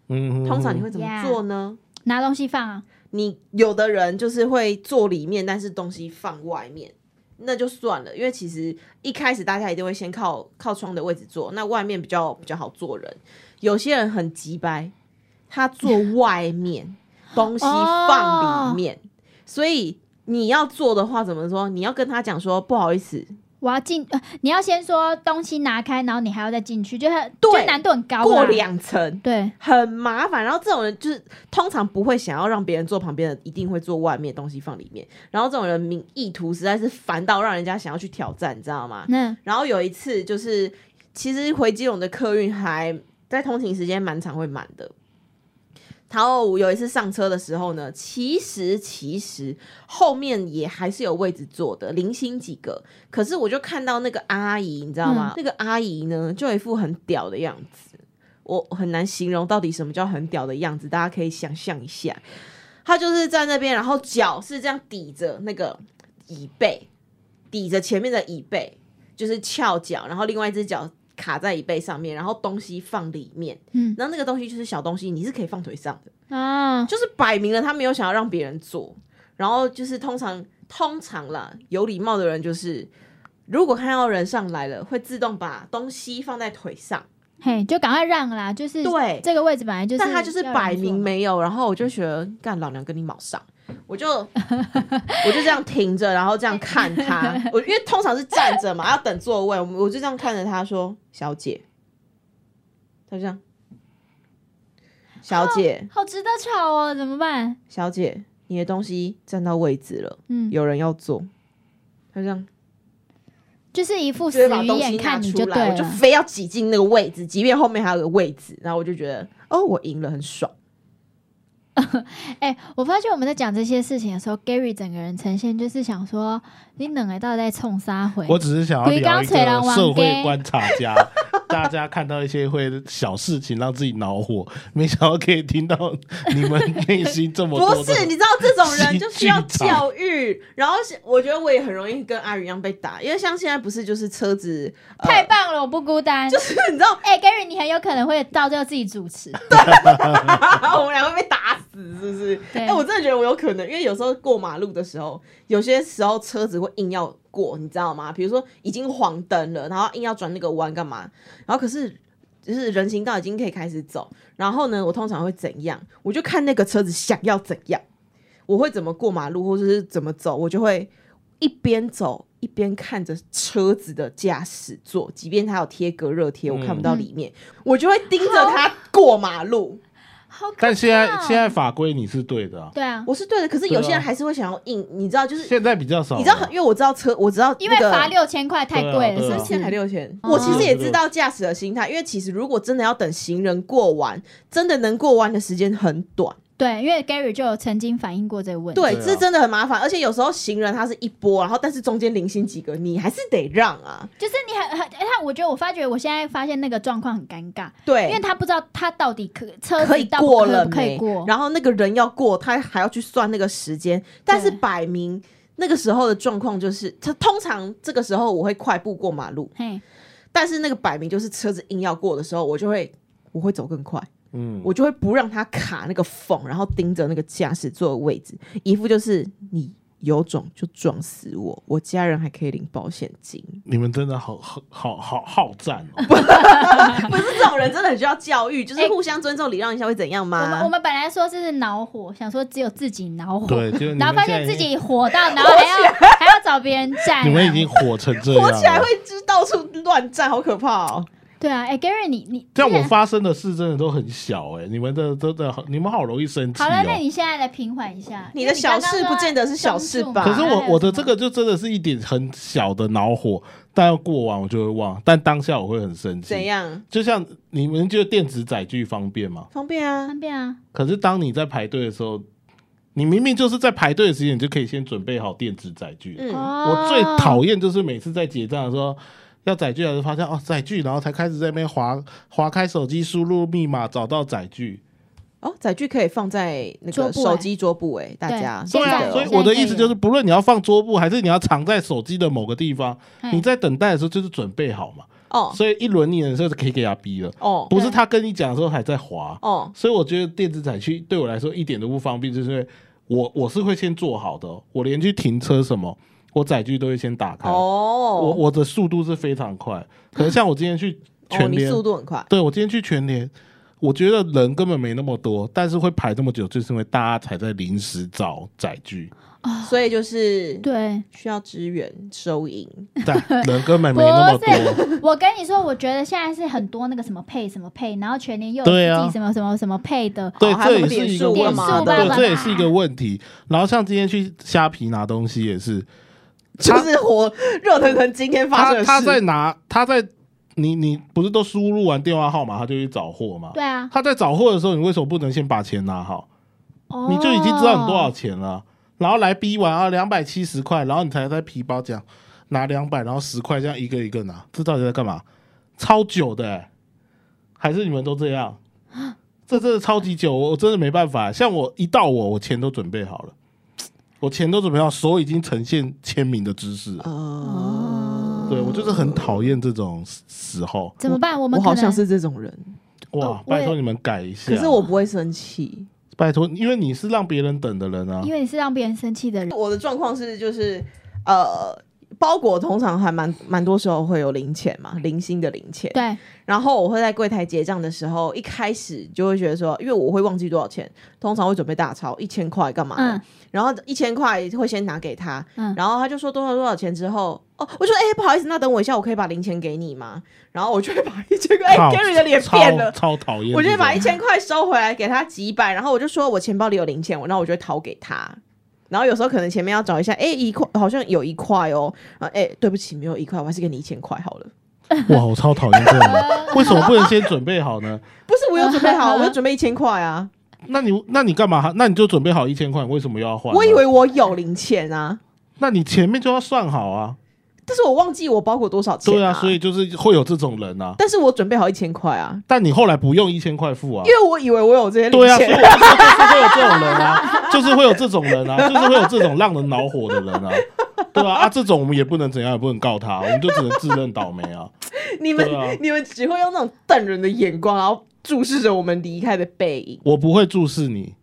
Speaker 3: 嗯，
Speaker 1: 通常你会怎么
Speaker 2: Yeah
Speaker 1: 做呢？
Speaker 2: 拿东西放啊，
Speaker 1: 你有的人就是会坐里面，但是东西放外面。那就算了，因为其实一开始大家一定会先靠靠窗的位置坐，那外面比较比较好坐人。有些人很急掰，他坐外面，东西放里面，所以你要做的话，怎么说？你要跟他讲说不好意思，
Speaker 2: 我要进、呃，你要先说东西拿开，然后你还要再进去，就是很
Speaker 1: 对
Speaker 2: 就难度很高啦。
Speaker 1: 过两层。
Speaker 2: 对，
Speaker 1: 很麻烦，然后这种人就是通常不会想要让别人坐旁边的，一定会坐外面，东西放里面。然后这种人名意图实在是烦到让人家想要去挑战，你知道吗？
Speaker 2: 那
Speaker 1: 然后有一次就是，其实回基隆的客运还在通勤时间蛮常会满的。然后我有一次上车的时候呢，其实其实后面也还是有位置坐的，零星几个。可是我就看到那个阿姨，你知道嗯吗？那个阿姨呢，就有一副很屌的样子。我很难形容到底什么叫很屌的样子，大家可以想象一下。她就是在那边，然后脚是这样抵着那个椅背，抵着前面的椅背，就是翘脚，然后另外一只脚卡在椅背上面，然后东西放里面，
Speaker 2: 嗯
Speaker 1: 然后那个东西就是小东西，你是可以放腿上的，
Speaker 2: 啊，
Speaker 1: 就是摆明了他没有想要让别人做，然后就是通常通常啦，有礼貌的人就是如果看到人上来了，会自动把东西放在腿上，
Speaker 2: 嘿，就赶快让啦，就是
Speaker 1: 对
Speaker 2: 这个位置本来就是，
Speaker 1: 但他就是摆明。没有，然后我就觉得干老娘跟你卯上。我就我就这样停着，然后这样看他。我因为通常是站着嘛，要等座位，我们我就这样看着他说：“小姐。”他就这样，小姐，
Speaker 2: 好值得吵哦，怎么办？
Speaker 1: 小姐，你的东西占到位置了，
Speaker 2: 嗯，
Speaker 1: 有人要坐。他就这样，
Speaker 2: 就是一副
Speaker 1: 就是
Speaker 2: 死
Speaker 1: 把
Speaker 2: 鱼
Speaker 1: 东西
Speaker 2: 眼
Speaker 1: 拿
Speaker 2: 看你
Speaker 1: 出
Speaker 2: 对
Speaker 1: 来，我就
Speaker 2: 了。
Speaker 1: 非要挤进那个位置，即便后面还有个位置，然后我就觉得，哦，我赢了，很爽。
Speaker 2: 哎、我发现我们在讲这些事情的时候，Gary 整个人呈现就是想说，你冷哎到底在冲啥回？
Speaker 3: 我只是想要聊一
Speaker 2: 鬼刚
Speaker 3: 个
Speaker 2: 找
Speaker 3: 社
Speaker 2: 人
Speaker 3: 会
Speaker 2: 冤
Speaker 3: 观察家，大家看到一些会小事情让自己恼火，没想到可以听到你们内心这么多
Speaker 1: *laughs* 不
Speaker 3: 的。
Speaker 1: 是，你知道这种人就需要
Speaker 3: 戏剧场
Speaker 1: 教育。然后是我觉得我也很容易跟阿宇一样被打，因为像现在不是就是车子、呃
Speaker 2: 太棒了，我不孤单。
Speaker 1: 就是你知道，
Speaker 2: 哎、g a r y 你很有可能会到最后自己主持。
Speaker 1: 我们两个被打死是不是？
Speaker 2: 对
Speaker 1: 哎、我真的觉得我有可能，因为有时候过马路的时候，有些时候车子会硬要过，你知道吗？比如说已经黄灯了，然后硬要转那个弯干嘛？然后可是。就是人行道已经可以开始走，然后呢，我通常会怎样？我就看那个车子想要怎样，我会怎么过马路，或者是怎么走，我就会一边走一边看着车子的驾驶座，即便它有贴隔热贴，我看不到里面，我就会盯着它过马路。
Speaker 2: 好可怕哦，
Speaker 3: 但现在现在法规你是对的啊、
Speaker 2: 对啊，
Speaker 1: 我是对的，可是有些
Speaker 3: 对啊
Speaker 1: 人还是会想要硬，你知道，就是
Speaker 3: 现在比较少了。
Speaker 1: 你知道很，因为我知道车，我知道
Speaker 2: 因为
Speaker 1: 那个
Speaker 2: 罚六千块太贵了，
Speaker 3: 对啊
Speaker 2: 是
Speaker 1: 三
Speaker 2: 不
Speaker 1: 千还
Speaker 2: 是？
Speaker 1: 六千，
Speaker 2: 哦
Speaker 1: 我其实也知道驾驶的心态，因为其实如果真的要等行人过弯，真的能过弯的时间很短，
Speaker 2: 对，因为 Gary 就有曾经反映过这个问题。
Speaker 1: 对，
Speaker 3: 对啊
Speaker 1: 这真的很麻烦，而且有时候行人他是一波，然后但是中间零星几个，你还是得让啊，
Speaker 2: 就是你很很，他我觉得我发觉我现在发现那个状况很尴尬，因
Speaker 1: 对。
Speaker 2: 为他不知道他到底可车
Speaker 1: 可
Speaker 2: 子
Speaker 1: 以
Speaker 2: 到底
Speaker 1: 过
Speaker 2: 可
Speaker 1: 了
Speaker 2: 不可以
Speaker 1: 没
Speaker 2: 过，
Speaker 1: 然后那个人要过，他还要去算那个时间，但是
Speaker 2: 对
Speaker 1: 摆明那个时候的状况就是，他通常这个时候我会快步过马路，
Speaker 2: 嘿，
Speaker 1: 但是那个摆明就是车子硬要过的时候，我就会我会走更快，
Speaker 3: 嗯，
Speaker 1: 我就会不让它卡那个缝，然后盯着那个驾驶座的位置，一副就是你有种就撞死我，我家人还可以领保险金。
Speaker 3: 你们真的好好好好好战哦。
Speaker 1: 不是这种人真的很需要教育，就是
Speaker 2: 哎
Speaker 1: 互相尊重、礼让一下会怎样
Speaker 2: 我们我
Speaker 1: 吗？
Speaker 2: 们本来说这是恼火，想说只有自己恼火，
Speaker 3: 对，就是你
Speaker 2: 然
Speaker 3: 们
Speaker 2: 后发
Speaker 3: 现在
Speaker 2: 现自
Speaker 3: 已经
Speaker 2: 己火到，然后还要 *laughs* 还要找别人站，
Speaker 3: 你们已经火成这
Speaker 1: *laughs*
Speaker 3: 样
Speaker 1: 火起来
Speaker 3: 了
Speaker 1: 会。就是到处乱站，好可怕哦！
Speaker 2: 对啊，哎、g a r y 你你
Speaker 3: 但我
Speaker 2: 你
Speaker 3: 发生的事真的都很小哎、你们的真的好，你们好容易生气
Speaker 2: 好了，那
Speaker 3: 哦。
Speaker 2: 你现在来平缓一下，
Speaker 1: 你的小事
Speaker 2: 因为你刚刚说
Speaker 1: 不见得是小事吧
Speaker 3: 可是
Speaker 2: 中
Speaker 3: 我
Speaker 2: 暑
Speaker 3: 我的这个就真的是一点很小的恼火，但要过完我就会忘，但当下我会很生
Speaker 1: 怎
Speaker 3: 气。
Speaker 1: 样
Speaker 3: 就像你们觉得电子载具方便吗？
Speaker 1: 方便啊？
Speaker 2: 方便啊，
Speaker 3: 可是当你在排队的时候，你明明就是在排队的时间，你就可以先准备好电子载具了。
Speaker 1: 嗯，
Speaker 2: 哦
Speaker 3: 我最讨厌就是每次在结账的时候要载具，然后发现哦载具，然后才开始在那边划划开手机输入密码找到载具。
Speaker 1: 哦，载具可以放在那
Speaker 2: 桌
Speaker 1: 个
Speaker 2: 布哎
Speaker 1: 手机桌布哎，大
Speaker 2: 对
Speaker 1: 家记
Speaker 2: 现
Speaker 3: 对
Speaker 2: 在
Speaker 3: 啊，
Speaker 1: 得
Speaker 3: 所以
Speaker 1: 哦
Speaker 2: 现在
Speaker 3: 我
Speaker 2: 可
Speaker 3: 的
Speaker 2: 以
Speaker 3: 意思就是，不论你要放桌布还是你要藏在手机的某个地方，
Speaker 2: 嗯
Speaker 3: 你在等待的时候就是准备好嘛。
Speaker 1: 哦
Speaker 3: 所以一轮你的时候就可以给他逼了，
Speaker 1: 哦
Speaker 3: 不是他跟你讲的时候还在滑。
Speaker 1: 哦，
Speaker 3: 所以我觉得电子载具对我来说一点都不方便，就是因为我我是会先做好的哦、我连去停车什么，我载具都会先打开。我
Speaker 1: 哦，
Speaker 3: 我的速度是非常快，可能像我今天去
Speaker 1: 哦，
Speaker 3: 全
Speaker 1: 你
Speaker 3: 联，
Speaker 1: 速度很快，
Speaker 3: 对我今天去全联，我觉得人根本没那么多，但是会排这么久，就是因为大家才在临时找载具，
Speaker 1: 所以就是
Speaker 2: 对，
Speaker 1: 需要支援收银。
Speaker 3: 但人根本没那么多。
Speaker 2: 我跟你说，我觉得现在是很多那个什么配什么配，然后全年又有
Speaker 3: 对啊
Speaker 2: 自己什么什么什么配的，
Speaker 3: 对，
Speaker 1: 哦还有
Speaker 3: 这也是
Speaker 1: 点
Speaker 3: 一个
Speaker 1: 数
Speaker 3: 问题
Speaker 2: 点数，爸
Speaker 3: 对，
Speaker 2: 爸
Speaker 3: 这也是一
Speaker 2: 拿
Speaker 3: 个问题。然后像今天去虾皮拿东西
Speaker 1: *laughs*
Speaker 3: 也是，
Speaker 1: 就
Speaker 3: 他
Speaker 1: 是我热腾腾今天发生
Speaker 3: 他
Speaker 1: 的
Speaker 3: 他在
Speaker 1: 事，
Speaker 3: 拿他在你你不是都输入完电话号码，他就去找货吗？
Speaker 2: 对啊，
Speaker 3: 他在找货的时候，你为什么不能先把钱拿好？
Speaker 2: 哦
Speaker 3: 你就已经知道你多少钱
Speaker 1: 哦
Speaker 3: 了，然后来逼完啊，两百七十块，然后你才在皮包讲拿两百，然后十块这样一个一个拿，这到底在干嘛？超久的欸、还是你们都这样？
Speaker 1: 啊
Speaker 3: 这真的超级久，我我真的没办法。像我一到我，我钱都准备好了，我钱都准备好，手已经呈现签名的姿势了。
Speaker 1: 呃哦，
Speaker 3: 对我就是很讨厌这种时候。
Speaker 2: 怎么办？我
Speaker 1: 我
Speaker 2: 们
Speaker 1: 好
Speaker 2: 可能
Speaker 1: 像是这种人，
Speaker 3: 哇，
Speaker 2: 我也
Speaker 3: 拜托你们改一下。
Speaker 1: 可是哦啊我不会生气。
Speaker 3: 拜托，因为你是让别人等的人啊。
Speaker 2: 因为你是让别人生气的人，
Speaker 1: 我的状况是就是呃，包裹通常还蛮蛮多时候会有零钱嘛，零星的零钱。
Speaker 2: 对，
Speaker 1: 然后我会在柜台结账的时候，一开始就会觉得说，因为我会忘记多少钱，通常会准备大钞一千块干嘛的，
Speaker 2: 嗯
Speaker 1: 然后一千块会先拿给他，
Speaker 2: 嗯
Speaker 1: 然后他就说多少多少钱之后，哦，我就说哎、不好意思，那等我一下，我可以把零钱给你吗？然后我就会把一千块，哎、
Speaker 3: 好
Speaker 1: g a r y 的脸
Speaker 3: 超
Speaker 1: 变了。
Speaker 3: 超讨厌这种。
Speaker 1: 我就会把一千块收回来，给他几百，然后我就说我钱包里有零钱，我然后我就会掏给他。然后有时候可能前面要找一下，哎，一块好像有一块哦，啊，哎，对不起，没有一块，我还是给你一千块好了。
Speaker 3: 哇，我超讨厌这种人，为什么不能先准备好呢？
Speaker 1: 不是，我有准备好，我有准备一千块啊，
Speaker 3: 那你那你干嘛？那你就准备好一千块，为什么又要换呢？啊
Speaker 1: 我以为我有零钱啊，
Speaker 3: 那你前面就要算好啊。
Speaker 1: 但是我忘记我包裹多少钱、
Speaker 3: 对
Speaker 1: 啊，
Speaker 3: 啊，所以，就是会有这种人啊。
Speaker 1: 但是我准备好一千块啊，
Speaker 3: 但你后来不用一千块付啊
Speaker 1: 因。为我以为我有这些零
Speaker 3: 对啊，所以
Speaker 1: 钱，
Speaker 3: 我就说就是会有这种人啊，就是会有这种人啊，就是会有这种让人恼火的人啊。对啊，啊，这种我们也不能怎样，也不能告他，我们就只能自认倒霉啊。
Speaker 1: 你们、
Speaker 3: 对啊
Speaker 1: 你们只会用那种瞪人的眼光，然后注视着我们离开的背影，
Speaker 3: 我不会注视你，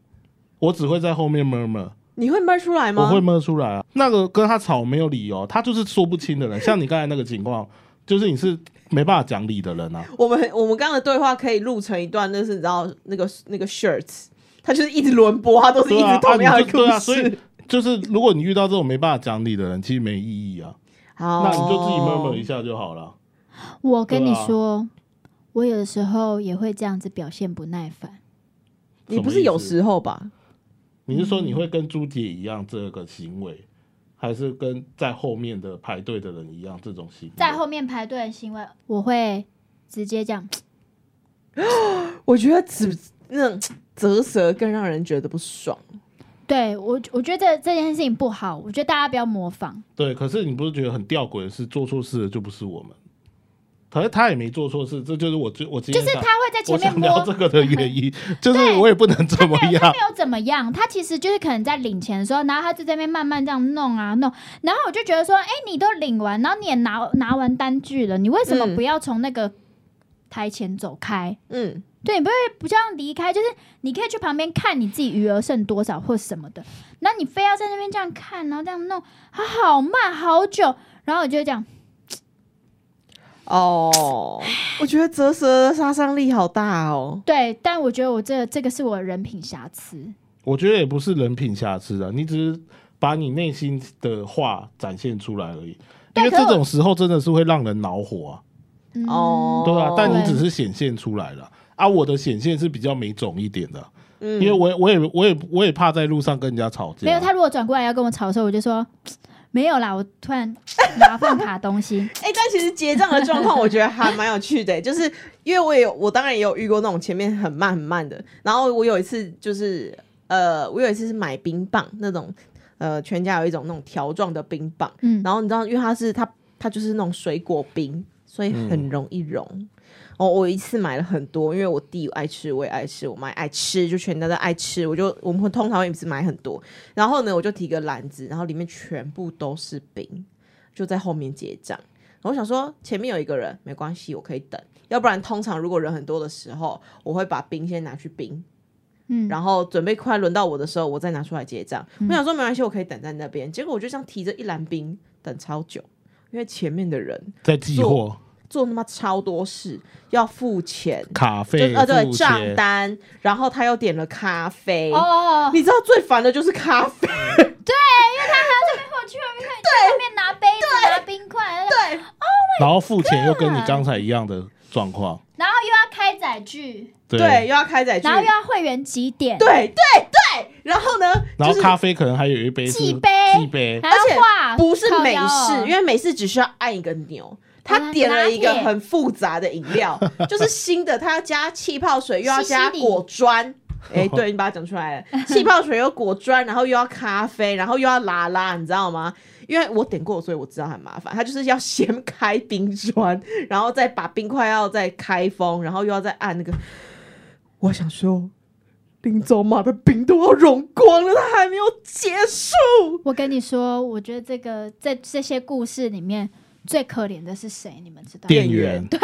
Speaker 3: 我只会在后面 murmur。
Speaker 1: 你会闷出来
Speaker 3: 我
Speaker 1: 吗？
Speaker 3: 会摸出来啊。那个跟他吵没有理由，他就是说不清
Speaker 1: *laughs*
Speaker 3: 的人。像你刚才那个情况，就是你是没办法讲理的人啊。
Speaker 1: 我们我们刚刚的对话可以录成一段，就是你知道那个那个 shirts，他就是一直轮播，他都是一
Speaker 3: 对啊
Speaker 1: 直，同样
Speaker 3: 啊
Speaker 1: 的
Speaker 3: 你
Speaker 1: 故
Speaker 3: 就对
Speaker 1: 事。
Speaker 3: 啊，所以就是如果你遇到这种没办法讲理的人，其实没意义啊。
Speaker 1: 好，
Speaker 3: 那你就自己 murmur 一下就好了。
Speaker 2: 我跟你
Speaker 3: 对啊
Speaker 2: 说，我有的时候也会这样子表现不耐烦。
Speaker 1: 你不是有时候吧？
Speaker 3: 你是说你会跟朱姐一样这个行为，还是跟在后面的排队的人一样这种行为？
Speaker 2: 在后面排队的行为，我会直接这样。
Speaker 1: 我觉得只那种
Speaker 3: *sighs*
Speaker 1: 啧舌更让人觉得不爽。
Speaker 2: 对我，我觉得这这件事情不好，我觉得大家不要模仿。
Speaker 3: 对，可是你不是觉得很吊诡的是，做错事的就不是我们，可是他也没做错事，这就是我最我今
Speaker 2: 就
Speaker 3: 天
Speaker 2: 是
Speaker 3: 想
Speaker 2: 他会 *laughs* 在前
Speaker 3: 我
Speaker 2: 面
Speaker 3: 想
Speaker 2: 摸，
Speaker 3: 聊这个的原因， *laughs* 就是
Speaker 2: 对
Speaker 3: 我也不能怎么
Speaker 2: 没有，他
Speaker 3: 样
Speaker 2: 没。有怎么样，他其实就是可能在领钱的时候，然后他就在那边慢慢这样弄啊弄，然后我就觉得说，哎、你都领完，然后你也拿拿完单据了，你为什么
Speaker 1: 嗯
Speaker 2: 不要从那个台前走开？
Speaker 1: 嗯，
Speaker 2: 对，你不会不这样离开，就是你可以去旁边看你自己余额剩多少或什么的，那你非要在那边这样看，然后这样弄，它好慢好久，然后我就这样，
Speaker 1: 哦，我觉得啧舌的杀伤力好大哦。
Speaker 2: 对，但我觉得我这这个是我的人品瑕疵，
Speaker 3: 我觉得也不是人品瑕疵啊，你只是把你内心的话展现出来而已。因
Speaker 2: 对
Speaker 3: 为
Speaker 2: 可是
Speaker 3: 这
Speaker 2: 我
Speaker 3: 种时候真的是会让人恼火啊，
Speaker 2: 嗯、
Speaker 1: 哦，
Speaker 3: 对啊，但你
Speaker 2: 对
Speaker 3: 只是显现出来了啊。我的显现是比较没种一点的，
Speaker 1: 嗯
Speaker 3: 因为我也我也我也我也怕在路上跟人家吵架。
Speaker 2: 没有，他如果转过来要跟我吵的时候，我就说没有啦，我突然 *laughs* 拿饭卡东西。
Speaker 1: 哎、但其实结账的状况，我觉得还蛮有趣的、欸就是因为我也有，我当然也有遇过那种前面很慢很慢的。然后我有一次就是，呃，我有一次是买冰棒那种，呃，全家有一种那种条状的冰棒，
Speaker 2: 嗯，
Speaker 1: 然后你知道，因为它是它它就是那种水果冰，所以很容易融。哦，我一次买了很多，因为我弟爱吃，我也爱吃，我妈也爱吃，就全家都爱吃，我就我们会通常也是买很多。然后呢，我就提个篮子，然后里面全部都是冰，就在后面结账。然后我想说前面有一个人没关系，我可以等。要不然通常如果人很多的时候，我会把冰先拿去冰，
Speaker 2: 嗯，
Speaker 1: 然后准备快轮到我的时候，我再拿出来结账。我想说没关系，我可以等在那边。结果我就这样提着一篮冰等超久，因为前面的人
Speaker 3: 在寄货、
Speaker 1: 做他妈超多事，要付钱，
Speaker 3: 卡
Speaker 1: 就
Speaker 3: 费、
Speaker 1: 呃对
Speaker 3: 付钱
Speaker 1: 账单，然后他又点了咖啡。
Speaker 2: 哦，哎
Speaker 1: 你知道最烦的就是咖啡，
Speaker 2: 我去外面看，去外面拿杯子、拿冰块，
Speaker 1: 对，
Speaker 3: 然后付钱又跟你刚才一样的状况，
Speaker 2: 然后又要开载具，
Speaker 3: 对，
Speaker 1: 对，又要开载具
Speaker 2: 然，后又要会员几点，
Speaker 1: 对对对，然后呢，
Speaker 3: 然后
Speaker 1: 就是
Speaker 3: 咖啡可能还有一杯是
Speaker 2: 寄杯
Speaker 3: 寄杯，
Speaker 2: 还要画，
Speaker 1: 不是美式，因
Speaker 2: 为
Speaker 1: 为美式只需要按一个钮。
Speaker 2: 哦
Speaker 1: 他
Speaker 2: 拿
Speaker 1: 点了一个
Speaker 2: 拿铁
Speaker 1: 很复杂的饮
Speaker 2: *laughs*
Speaker 1: 料，就是新的，他要加气泡水，又要
Speaker 2: 西西
Speaker 1: 加
Speaker 2: 里
Speaker 1: 果
Speaker 2: *laughs*
Speaker 1: 砖。哎、对你把它讲出来了，气泡水有果砖，然后又要咖啡，然后又要拉拉，你知道吗？因为我点过，所以我知道很麻烦。他就是要先开冰砖， *laughs* 然后再把冰块要再开封，然后又要再按那个。我想说，林走马的冰都要融光了，他还没有结束。
Speaker 2: 我跟你说，我觉得这个在这些故事里面最可怜的是谁？你们知道吗？
Speaker 3: 店员
Speaker 2: 对，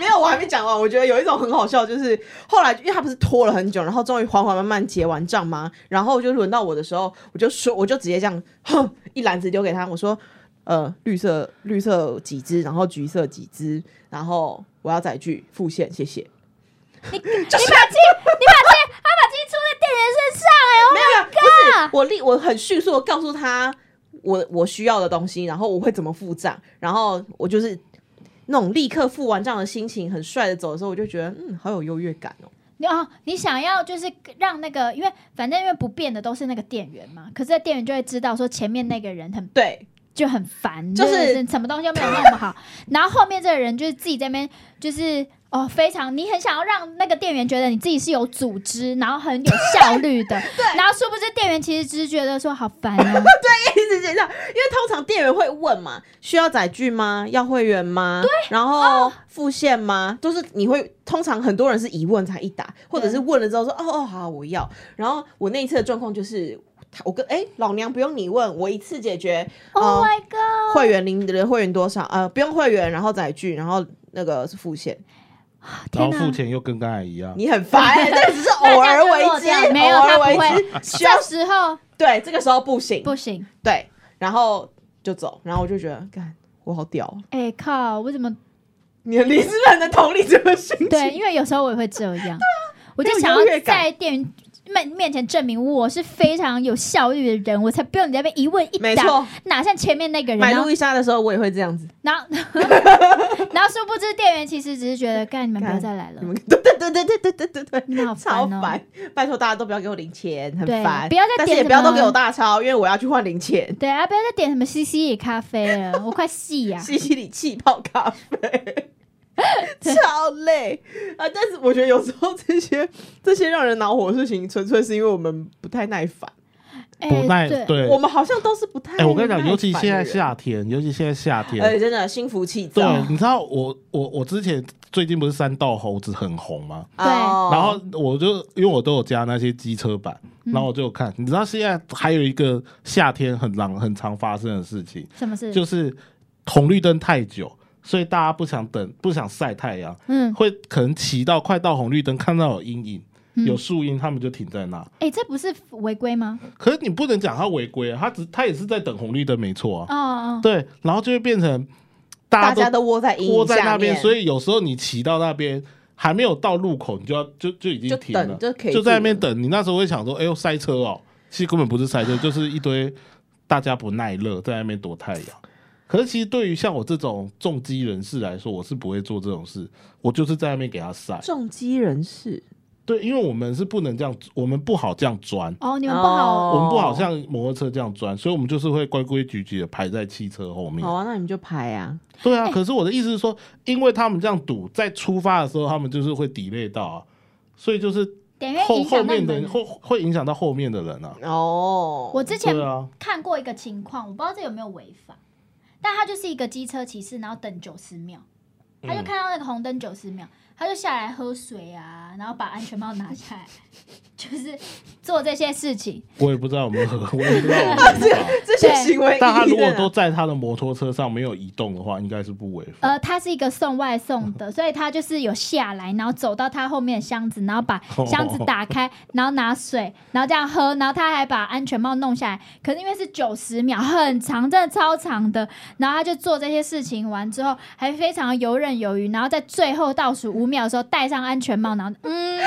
Speaker 1: 没有，我啊还没讲完。我觉得有一种很好笑，就是后来因为他不是拖了很久，然后终于缓缓慢慢结完账吗？然后就轮到我的时候，我就说，我就直接这样，哼，一篮子丢给他，我说，呃，绿色绿色几只，然后橘色几只，然后我要载具付现，谢谢。
Speaker 2: 你你把鸡，你把鸡，他把鸡出在店员身上哎、
Speaker 1: *laughs*
Speaker 2: 我
Speaker 1: 没有，没有不是我立，我很迅速的告诉他我我需要的东西，然后我会怎么付账，然后我就是那种立刻付完账的心情，很帅的走的时候，我就觉得嗯，好有优越感哦。
Speaker 2: 你哦，你想要就是让那个，因为反正因为不变的都是那个店员嘛，可是店员就会知道说前面那个人很
Speaker 1: 对，
Speaker 2: 就很烦，
Speaker 1: 就
Speaker 2: 就是是什么东西都没有弄
Speaker 1: *laughs*
Speaker 2: 好，然后后面这个人就是自己在那边就是。哦，非常，你很想要让那个店员觉得你自己是有组织，然后很有效率
Speaker 1: *laughs*
Speaker 2: 的，对。然后殊不知店员其实只是觉得说好烦啊，
Speaker 1: *laughs* 一直介绍，因为通常店员会问嘛，需要载具吗？要会员吗？对，然
Speaker 2: 哦
Speaker 1: 后付现吗？都是你会通常很多人是一问才一答，或者是问了之后说哦哦好我要。然后我那一次的状况就是，他我跟哎、老娘不用你问，我一次解决。
Speaker 2: ，Oh
Speaker 1: 哦，
Speaker 2: my god，
Speaker 1: 会员零的会员多少？呃，不用会员，然后载具，然后那个是付现。
Speaker 3: 然
Speaker 2: 天
Speaker 3: 后
Speaker 2: 哪
Speaker 3: 付钱又跟刚才一样，
Speaker 1: 你很烦、
Speaker 2: *laughs*
Speaker 1: 欸，那只是偶尔为
Speaker 2: 大家就落
Speaker 1: 之，
Speaker 2: 掉没有
Speaker 1: 偶尔
Speaker 2: 他不
Speaker 1: 为
Speaker 2: 会
Speaker 1: 之，需要
Speaker 2: 这时候
Speaker 1: 对这个时候不行，
Speaker 2: 不行，
Speaker 1: 对，然后就走，然后我就觉得干。我好屌哦、
Speaker 2: 哎、靠，我怎么
Speaker 1: 你的李斯人的同理这个心情。
Speaker 2: 对，因为有时候我也会这样，我就
Speaker 1: 很有
Speaker 2: 想
Speaker 1: 优
Speaker 2: 要
Speaker 1: 越感
Speaker 2: 在店员面面前证明我是非常有效率的人，我才不用你在那边一问一
Speaker 1: 没
Speaker 2: 答，
Speaker 1: 错，
Speaker 2: 哪像前面那个人，
Speaker 1: 买
Speaker 2: 然后
Speaker 1: 路易莎的时候我也会这样子。
Speaker 2: 然后 *laughs* 然后殊不知店员其实只是觉得，
Speaker 1: *laughs*
Speaker 2: 干你们不要
Speaker 1: 干
Speaker 2: 再来了
Speaker 1: 你，们对对对对对对对对对，
Speaker 2: *laughs* 你们好
Speaker 1: 超
Speaker 2: 嗯烦哦、
Speaker 1: 烦！拜托大家都不要给我零钱，很
Speaker 2: 对
Speaker 1: 烦。
Speaker 2: 不要再
Speaker 1: 但是
Speaker 2: 点
Speaker 1: 也
Speaker 2: 什
Speaker 1: 不要都
Speaker 2: 么
Speaker 1: 给我大钞，因为我要去换零
Speaker 2: *laughs*
Speaker 1: 钱。
Speaker 2: 对啊，不要再点什么西西里咖啡了，我快
Speaker 1: *laughs*
Speaker 2: 细呀、
Speaker 1: 西西里气泡咖啡。 *laughs* 超累啊！但是我觉得有时候这些这些让人恼火的事情，纯粹是因为我们不太耐烦。
Speaker 2: 哎，
Speaker 3: 不耐
Speaker 2: 对，
Speaker 3: 对
Speaker 1: 我。们好像都是不太……
Speaker 3: 哎，我跟你讲，尤其现在
Speaker 1: 下，
Speaker 3: 夏天，尤其现在夏天，
Speaker 1: 哎，真的心浮气
Speaker 3: 对
Speaker 1: 躁。，
Speaker 3: 你知道我我我之前最近不是三道猴子很红吗？
Speaker 2: 对
Speaker 1: 哦
Speaker 3: 然后我就因为我都有加那些机车版，然后我就有看，你知道现在还有一个夏天很常很常发生的事情，
Speaker 2: 什么事？
Speaker 3: 就是红绿灯太久，所以大家不想等，不想晒太阳，
Speaker 2: 嗯，
Speaker 3: 会可能骑到快到红绿灯，看到有阴影、
Speaker 2: 嗯
Speaker 3: 有树荫，他们就停在那。
Speaker 2: 哎、这不是违规吗？
Speaker 3: 可是你不能讲他违规啊，他只他也是在等红绿灯，没错啊。
Speaker 2: 哦哦，
Speaker 3: 对，然后就会变成
Speaker 1: 大
Speaker 3: 大
Speaker 1: 家
Speaker 3: 家都
Speaker 1: 都窝在阴
Speaker 3: 窝
Speaker 1: 影
Speaker 3: 在那
Speaker 1: 下
Speaker 3: 边，
Speaker 1: 面，
Speaker 3: 所以有时候你骑到那边还没有到路口，你就要就就已
Speaker 1: 就
Speaker 3: 经停了
Speaker 1: 等，就可以
Speaker 3: 就在那边
Speaker 1: 住了
Speaker 3: 等。你那时候会想说，哎呦塞车哦，其实根本不是塞车，就是一堆大家不耐热在那边躲太阳。可是其实对于像我这种重机人士来说，我是不会做这种事，我就是在那边给他晒。
Speaker 1: 重击人士。
Speaker 3: 对，因为我们是不能这样，我们不好这样钻，
Speaker 2: 哦，你们不
Speaker 1: 哦
Speaker 2: 好，
Speaker 3: 我们不好像摩托车这样钻，所以我们就是会规规矩矩的排在汽车后面。
Speaker 1: 好
Speaker 2: 哦
Speaker 1: 啊，那你们就排啊。
Speaker 3: 对
Speaker 2: 哎
Speaker 3: 啊，可是我的意思是说，因为他们这样堵，在出发的时候他们就是会 delay 到啊，所以就是
Speaker 2: 等于
Speaker 3: 后
Speaker 2: 影响
Speaker 3: 后
Speaker 2: 到你
Speaker 3: 面的
Speaker 2: 们
Speaker 3: 人后会影响到后面的人啊。
Speaker 1: 哦，
Speaker 2: 我之前
Speaker 3: 对啊，
Speaker 2: 看过一个情况，我不知道这有没有违法，但他就是一个机车骑士，然后等九十秒，他
Speaker 3: 嗯
Speaker 2: 就看到那个红灯九十秒，他就下来喝水啊，然后把安全帽拿下来， *laughs* 就是做这些事情。
Speaker 3: 我也不知道有没有 *laughs* 喝，我也不
Speaker 2: *laughs*
Speaker 3: 知道有没有喝
Speaker 1: 这些
Speaker 2: 对
Speaker 1: 行为，
Speaker 3: 但他如果都在他的摩托车上没有移动的话，应该是不违法。
Speaker 2: 呃，他是一个送外送
Speaker 3: *laughs*
Speaker 2: 的，所以他就是有下来，然后走到他后面的箱子，然后把
Speaker 3: 哦
Speaker 2: 箱子打开，然后拿水，然后这样喝，然后他还把安全帽弄下来。可是因为是九十秒，很长，真的超长的。然后他就做这些事情完之后，还非常游刃有余，然后在最后倒数五秒的时候戴上安全帽，然后嗯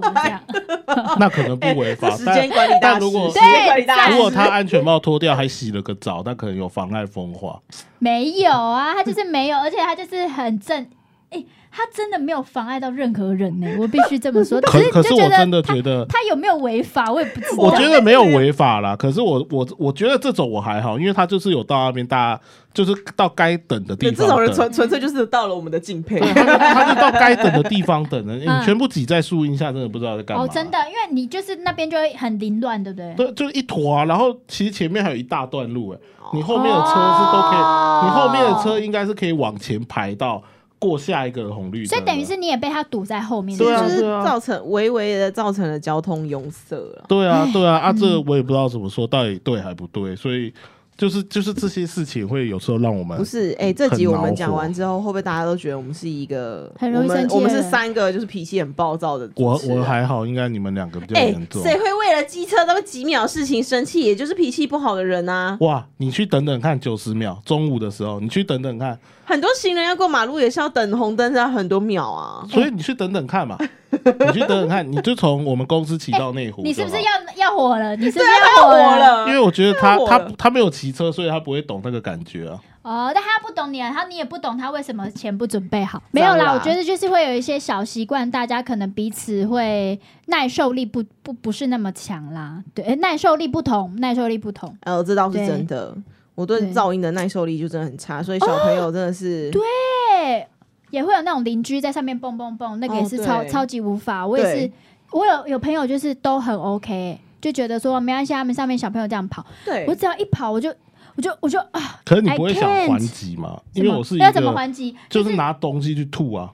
Speaker 2: go 这样。哦
Speaker 3: 那可能不违
Speaker 2: *laughs*
Speaker 3: 法
Speaker 1: 哎这，时
Speaker 3: 但
Speaker 1: 间管理大
Speaker 3: 但
Speaker 1: 师，
Speaker 3: 如果
Speaker 1: 时间管理大
Speaker 2: 对
Speaker 1: 师，
Speaker 3: 如果他安全帽脱掉还洗了个澡，那可能有妨碍风化。
Speaker 2: 没有啊，他就是没有，而且他就是很正。哎、他真的没有妨碍到任何人呢、我必须这么说。
Speaker 3: 可
Speaker 2: 只是
Speaker 3: 可是
Speaker 2: 就觉
Speaker 3: 我
Speaker 2: 得
Speaker 3: 真的
Speaker 2: 他
Speaker 3: 觉得，
Speaker 2: 他有没有违法，我也不知道。
Speaker 3: 我觉得没有违法啦。可是我我我觉得这种我还好，因为他就是有到那边大家就是到该等的地
Speaker 1: 对
Speaker 3: 方
Speaker 1: 这种人
Speaker 3: 等
Speaker 1: 纯纯粹就是到了我们的敬 *laughs* 佩。
Speaker 3: 他就到该等的地方
Speaker 2: *laughs*
Speaker 3: 等了，
Speaker 2: 嗯
Speaker 3: 你全部挤在树荫下，真的不知道在干嘛。
Speaker 2: 哦，真的，因为你就是那边就会很凌乱，对不对？
Speaker 3: 对，就是一坨啊，然后其实前面还有一大段路、哎，你后面的车是都可以，
Speaker 2: 哦
Speaker 3: 你后面的车应该是可以往前排到过下一个红绿灯的，
Speaker 2: 所以等于是你也被他堵在后面。
Speaker 3: 对啊
Speaker 1: 就是
Speaker 3: 对啊
Speaker 1: 造成微微的造成了交通拥塞了。
Speaker 3: 对啊，对啊，啊，
Speaker 2: 嗯
Speaker 3: 这我也不知道怎么说，到底对还不对，所以就是就是这些事情会有时候让我们
Speaker 1: 不是，哎、这集我
Speaker 3: 很恼
Speaker 1: 们
Speaker 3: 火
Speaker 1: 讲完之后，会不会大家都觉得我们是一个
Speaker 2: 很容易
Speaker 1: 我们
Speaker 2: 生气
Speaker 1: 我们
Speaker 2: 的
Speaker 1: 是
Speaker 2: 人
Speaker 1: 三个就是脾气很暴躁的主
Speaker 3: 我
Speaker 2: 啊
Speaker 1: 持人。
Speaker 3: 啊我还好，应该你们两个比较
Speaker 1: 哎，
Speaker 3: 严重。
Speaker 1: 谁会为了机车那么几秒事情生气？也就是脾气不好的人啊。
Speaker 3: 哇，你去等等看，九十秒，中午的时候你去等等
Speaker 2: 哎
Speaker 3: 看，
Speaker 1: 很多行人要过马路也是要等红灯，要很多秒啊。
Speaker 3: 所以你去等等
Speaker 2: *laughs*
Speaker 3: 看嘛，你去等等看，你就从我们公司骑到内湖就好、
Speaker 2: 你是不是要要火了？你是不
Speaker 1: 对
Speaker 2: 是
Speaker 1: 啊，他
Speaker 2: 火
Speaker 1: 火？了
Speaker 3: 因，为我觉得他
Speaker 1: 那我
Speaker 3: 他他没有骑车，所以他不会懂那个感觉啊。
Speaker 2: 哦，但他不懂你啊，他你也不懂他为什么钱不准备好。没有
Speaker 1: 糟
Speaker 2: 啦，
Speaker 1: 啦
Speaker 2: 我觉得就是会有一些小习惯，大家可能彼此会耐受力不不不是那么强啦。对，诶耐受力不同，耐受力不同。
Speaker 1: 呃，这倒是
Speaker 2: 对
Speaker 1: 真的。我对
Speaker 2: 对
Speaker 1: 噪音的耐受力就真的很差，所以小朋友真的是、
Speaker 2: 对对，也会有那种邻居在上面蹦蹦蹦，那个也是
Speaker 1: 哦
Speaker 2: 超、
Speaker 1: 对
Speaker 2: 超级无法。我也是
Speaker 1: 对，
Speaker 2: 我有有朋友就是都很 OK，就觉得说没关系，他们上面小朋友这样跑，
Speaker 1: 对
Speaker 2: 我只要一跑我就我就我就啊，
Speaker 3: 可是你不会想
Speaker 2: I can't
Speaker 3: 还击吗？因为我是
Speaker 2: 什
Speaker 3: 一
Speaker 2: 么要怎么
Speaker 3: 个
Speaker 2: 还击？
Speaker 3: 就是拿东西去吐啊，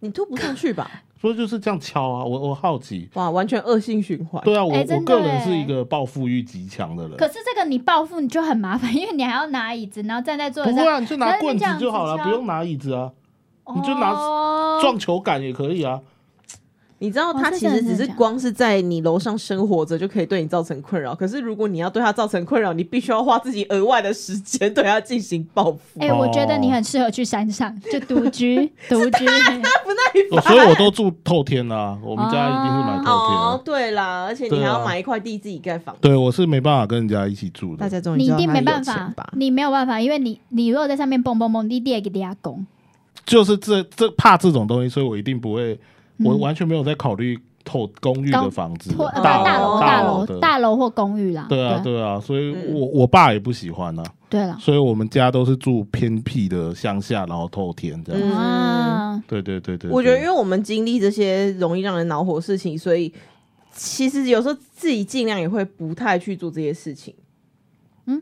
Speaker 1: 你吐不上去
Speaker 2: *laughs*
Speaker 1: 吧？
Speaker 3: 所以就是这样敲啊。我我好奇，
Speaker 1: 哇，完全恶性循环。
Speaker 3: 对啊，我、
Speaker 2: 哎
Speaker 3: 我
Speaker 2: 真的
Speaker 3: 个人是
Speaker 2: 哎
Speaker 3: 一个报复欲极强的人
Speaker 2: 可。是这个你报复你就很麻烦， *laughs* 因为你还要拿椅子，然后站在桌
Speaker 3: 不
Speaker 2: 子
Speaker 3: 会
Speaker 2: 上，
Speaker 3: 啊，你就
Speaker 2: 可
Speaker 3: 拿
Speaker 2: 是
Speaker 3: 棍
Speaker 2: 这样
Speaker 3: 子
Speaker 2: 子
Speaker 3: 就好了，
Speaker 2: 敲
Speaker 3: 不用拿椅子啊，你就拿
Speaker 2: 拿
Speaker 3: 撞球杆也可以啊。
Speaker 1: 你知道
Speaker 2: 哇
Speaker 1: 他
Speaker 2: 哦这
Speaker 1: 其
Speaker 2: 真
Speaker 1: 实
Speaker 2: 的
Speaker 1: 只
Speaker 2: 很
Speaker 1: 是
Speaker 2: 强
Speaker 1: 光是在你楼上生活着就可以对你造成困扰，可是如果你要对他造成困扰，你必须要花自己额外的时间对他进行报复，
Speaker 2: 哎、我觉
Speaker 3: 哦
Speaker 2: 得你很适合去山上，就独
Speaker 1: *laughs*
Speaker 2: 居，独居。
Speaker 1: 他不耐
Speaker 3: *laughs* 我
Speaker 1: 烦。
Speaker 3: 哦所以我都住透天啊，我们家一定是买透天、啊。
Speaker 1: 哦，对啦，而且你
Speaker 3: 对啊
Speaker 1: 还要买一块地自己盖房，
Speaker 3: 对，我是没办法跟人家一起住
Speaker 1: 大
Speaker 3: 的。
Speaker 1: 家终于
Speaker 2: 你
Speaker 1: 知
Speaker 2: 一
Speaker 1: 道
Speaker 2: 定
Speaker 1: 他
Speaker 2: 没
Speaker 1: 有
Speaker 2: 办
Speaker 1: 钱
Speaker 2: 法
Speaker 1: 吧，？
Speaker 2: 你没有办法，因为你你如果在上面蹦蹦蹦，你也给人家拱。
Speaker 3: 就是这这怕这种东西，所以我一定不会，我
Speaker 2: 嗯
Speaker 3: 完全没有在考虑透公寓的
Speaker 2: 高
Speaker 3: 房子
Speaker 2: 或
Speaker 3: 的、
Speaker 2: 呃
Speaker 1: 大
Speaker 2: 大
Speaker 1: 楼
Speaker 2: 楼、
Speaker 3: 大
Speaker 2: 大
Speaker 3: 的
Speaker 2: 楼、。大楼或公寓啦。
Speaker 3: 对啊，
Speaker 2: 对
Speaker 3: 对啊，所以
Speaker 1: 嗯
Speaker 3: 我我爸也不喜欢啊，
Speaker 2: 对了
Speaker 3: 所以我们家都是住偏僻的乡下，然后透天这样。
Speaker 1: 嗯
Speaker 2: 啊，
Speaker 3: 对对对对，
Speaker 1: 我觉得，因
Speaker 3: 对
Speaker 1: 为我们经历这些容易让人恼火的事情，所以其实有时候自己尽量也会不太去做这些事情。
Speaker 2: 嗯，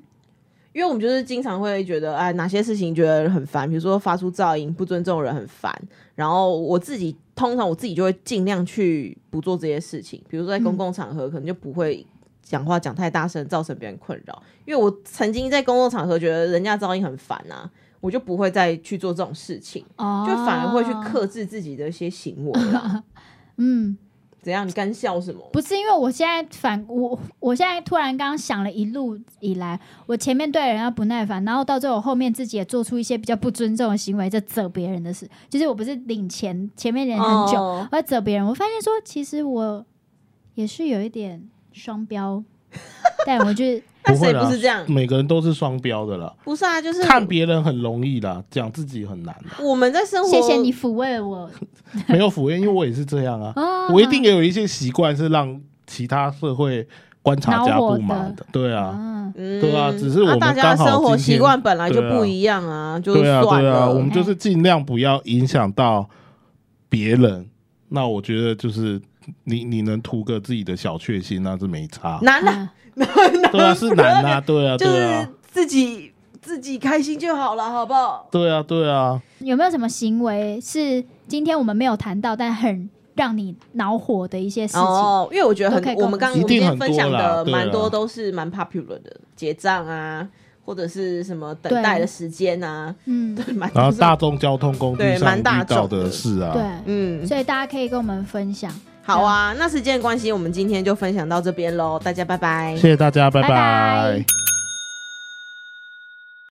Speaker 1: 因为我们就是经常会觉得，哎，哪些事情觉得很烦，比如说发出噪音、不尊重人很烦。然后我自己通常我自己就会尽量去不做这些事情，比如说在公共场合，可能就不会。讲话讲太大声，造成别人困扰。因为我曾经在公共场合觉得人家噪音很烦啊，我就不会再去做这种事情。
Speaker 2: 哦，
Speaker 1: 就反而会去克。制自己的一些行为
Speaker 2: *laughs*
Speaker 1: 啦。
Speaker 2: 嗯，
Speaker 1: 怎样？你干笑什么？
Speaker 2: 不是因为我现在反我，我现在突然刚刚想了一路以来，我前面对人家不耐烦，然后到最后后面自己也做出一些比较不尊重的行为，在责别人的事。就是我不是领钱，前面人很久，
Speaker 1: 哦
Speaker 2: 我在责别人，我发现说其
Speaker 1: *laughs*
Speaker 2: 实我也是有一点双标，但我就
Speaker 3: 不会
Speaker 1: 谁
Speaker 3: 啦
Speaker 1: 不是这样
Speaker 3: 每个人都是双标的啦。
Speaker 1: 不是啊，就是
Speaker 3: 看别人很容易啦，讲自己很难。啊
Speaker 1: 我们在生活，
Speaker 2: 谢谢你抚慰
Speaker 3: *laughs*
Speaker 2: 我
Speaker 3: 没有抚慰，因为我也是这样啊，
Speaker 2: 啊，
Speaker 1: 嗯
Speaker 3: 我一定也有一些习惯是让其他社会观察家不满的。对啊，
Speaker 2: 啊，
Speaker 1: 嗯
Speaker 3: 对啊只是我们
Speaker 1: 啊大家
Speaker 3: 刚好
Speaker 1: 生活
Speaker 3: 今天
Speaker 1: 习惯本来就不一样啊，就是
Speaker 3: 对啊，
Speaker 1: 算
Speaker 3: 对啊，
Speaker 1: 了。
Speaker 3: 我们就是尽量不要影响到别人。那我觉得就是你你能图个自己的小确幸，那是没差。
Speaker 2: *laughs*
Speaker 1: 难啊，
Speaker 3: 对啊，是
Speaker 1: *laughs*
Speaker 3: 难啊，对啊，
Speaker 1: 就
Speaker 3: 对
Speaker 1: 是
Speaker 3: 啊，
Speaker 1: 自己自己开心就好了，好不好？
Speaker 3: 对啊，对啊。
Speaker 2: 有没有什么行为是今天我们没有谈到，但很让你恼火的一些事情。
Speaker 1: 哦，因为我觉得
Speaker 2: 都可
Speaker 1: 很，
Speaker 2: 以跟
Speaker 1: 我
Speaker 2: 我
Speaker 1: 们
Speaker 2: 们
Speaker 1: 刚我
Speaker 2: 讲
Speaker 1: 们今
Speaker 3: 一定
Speaker 1: 天
Speaker 3: 很
Speaker 1: 分享
Speaker 3: 多啦
Speaker 1: 的
Speaker 3: 对啊
Speaker 1: 蛮
Speaker 3: 啦
Speaker 1: 多都是蛮 popular 的，结账啊，或者是什么等
Speaker 2: 对
Speaker 1: 待的时间啊， *laughs*
Speaker 2: 嗯，
Speaker 1: 对，蛮
Speaker 3: 然后
Speaker 1: 多
Speaker 3: 大众交通工具
Speaker 1: 对
Speaker 3: 上
Speaker 1: 蛮大
Speaker 3: 遇到
Speaker 1: 众的
Speaker 3: 的事啊，
Speaker 2: 对，
Speaker 1: 嗯，
Speaker 2: 所以大家可以跟我们分享。
Speaker 1: 好啊，那时间的关系，我们今天就分享到这边喽，大家拜拜。
Speaker 3: 谢谢大家，拜
Speaker 2: 拜拜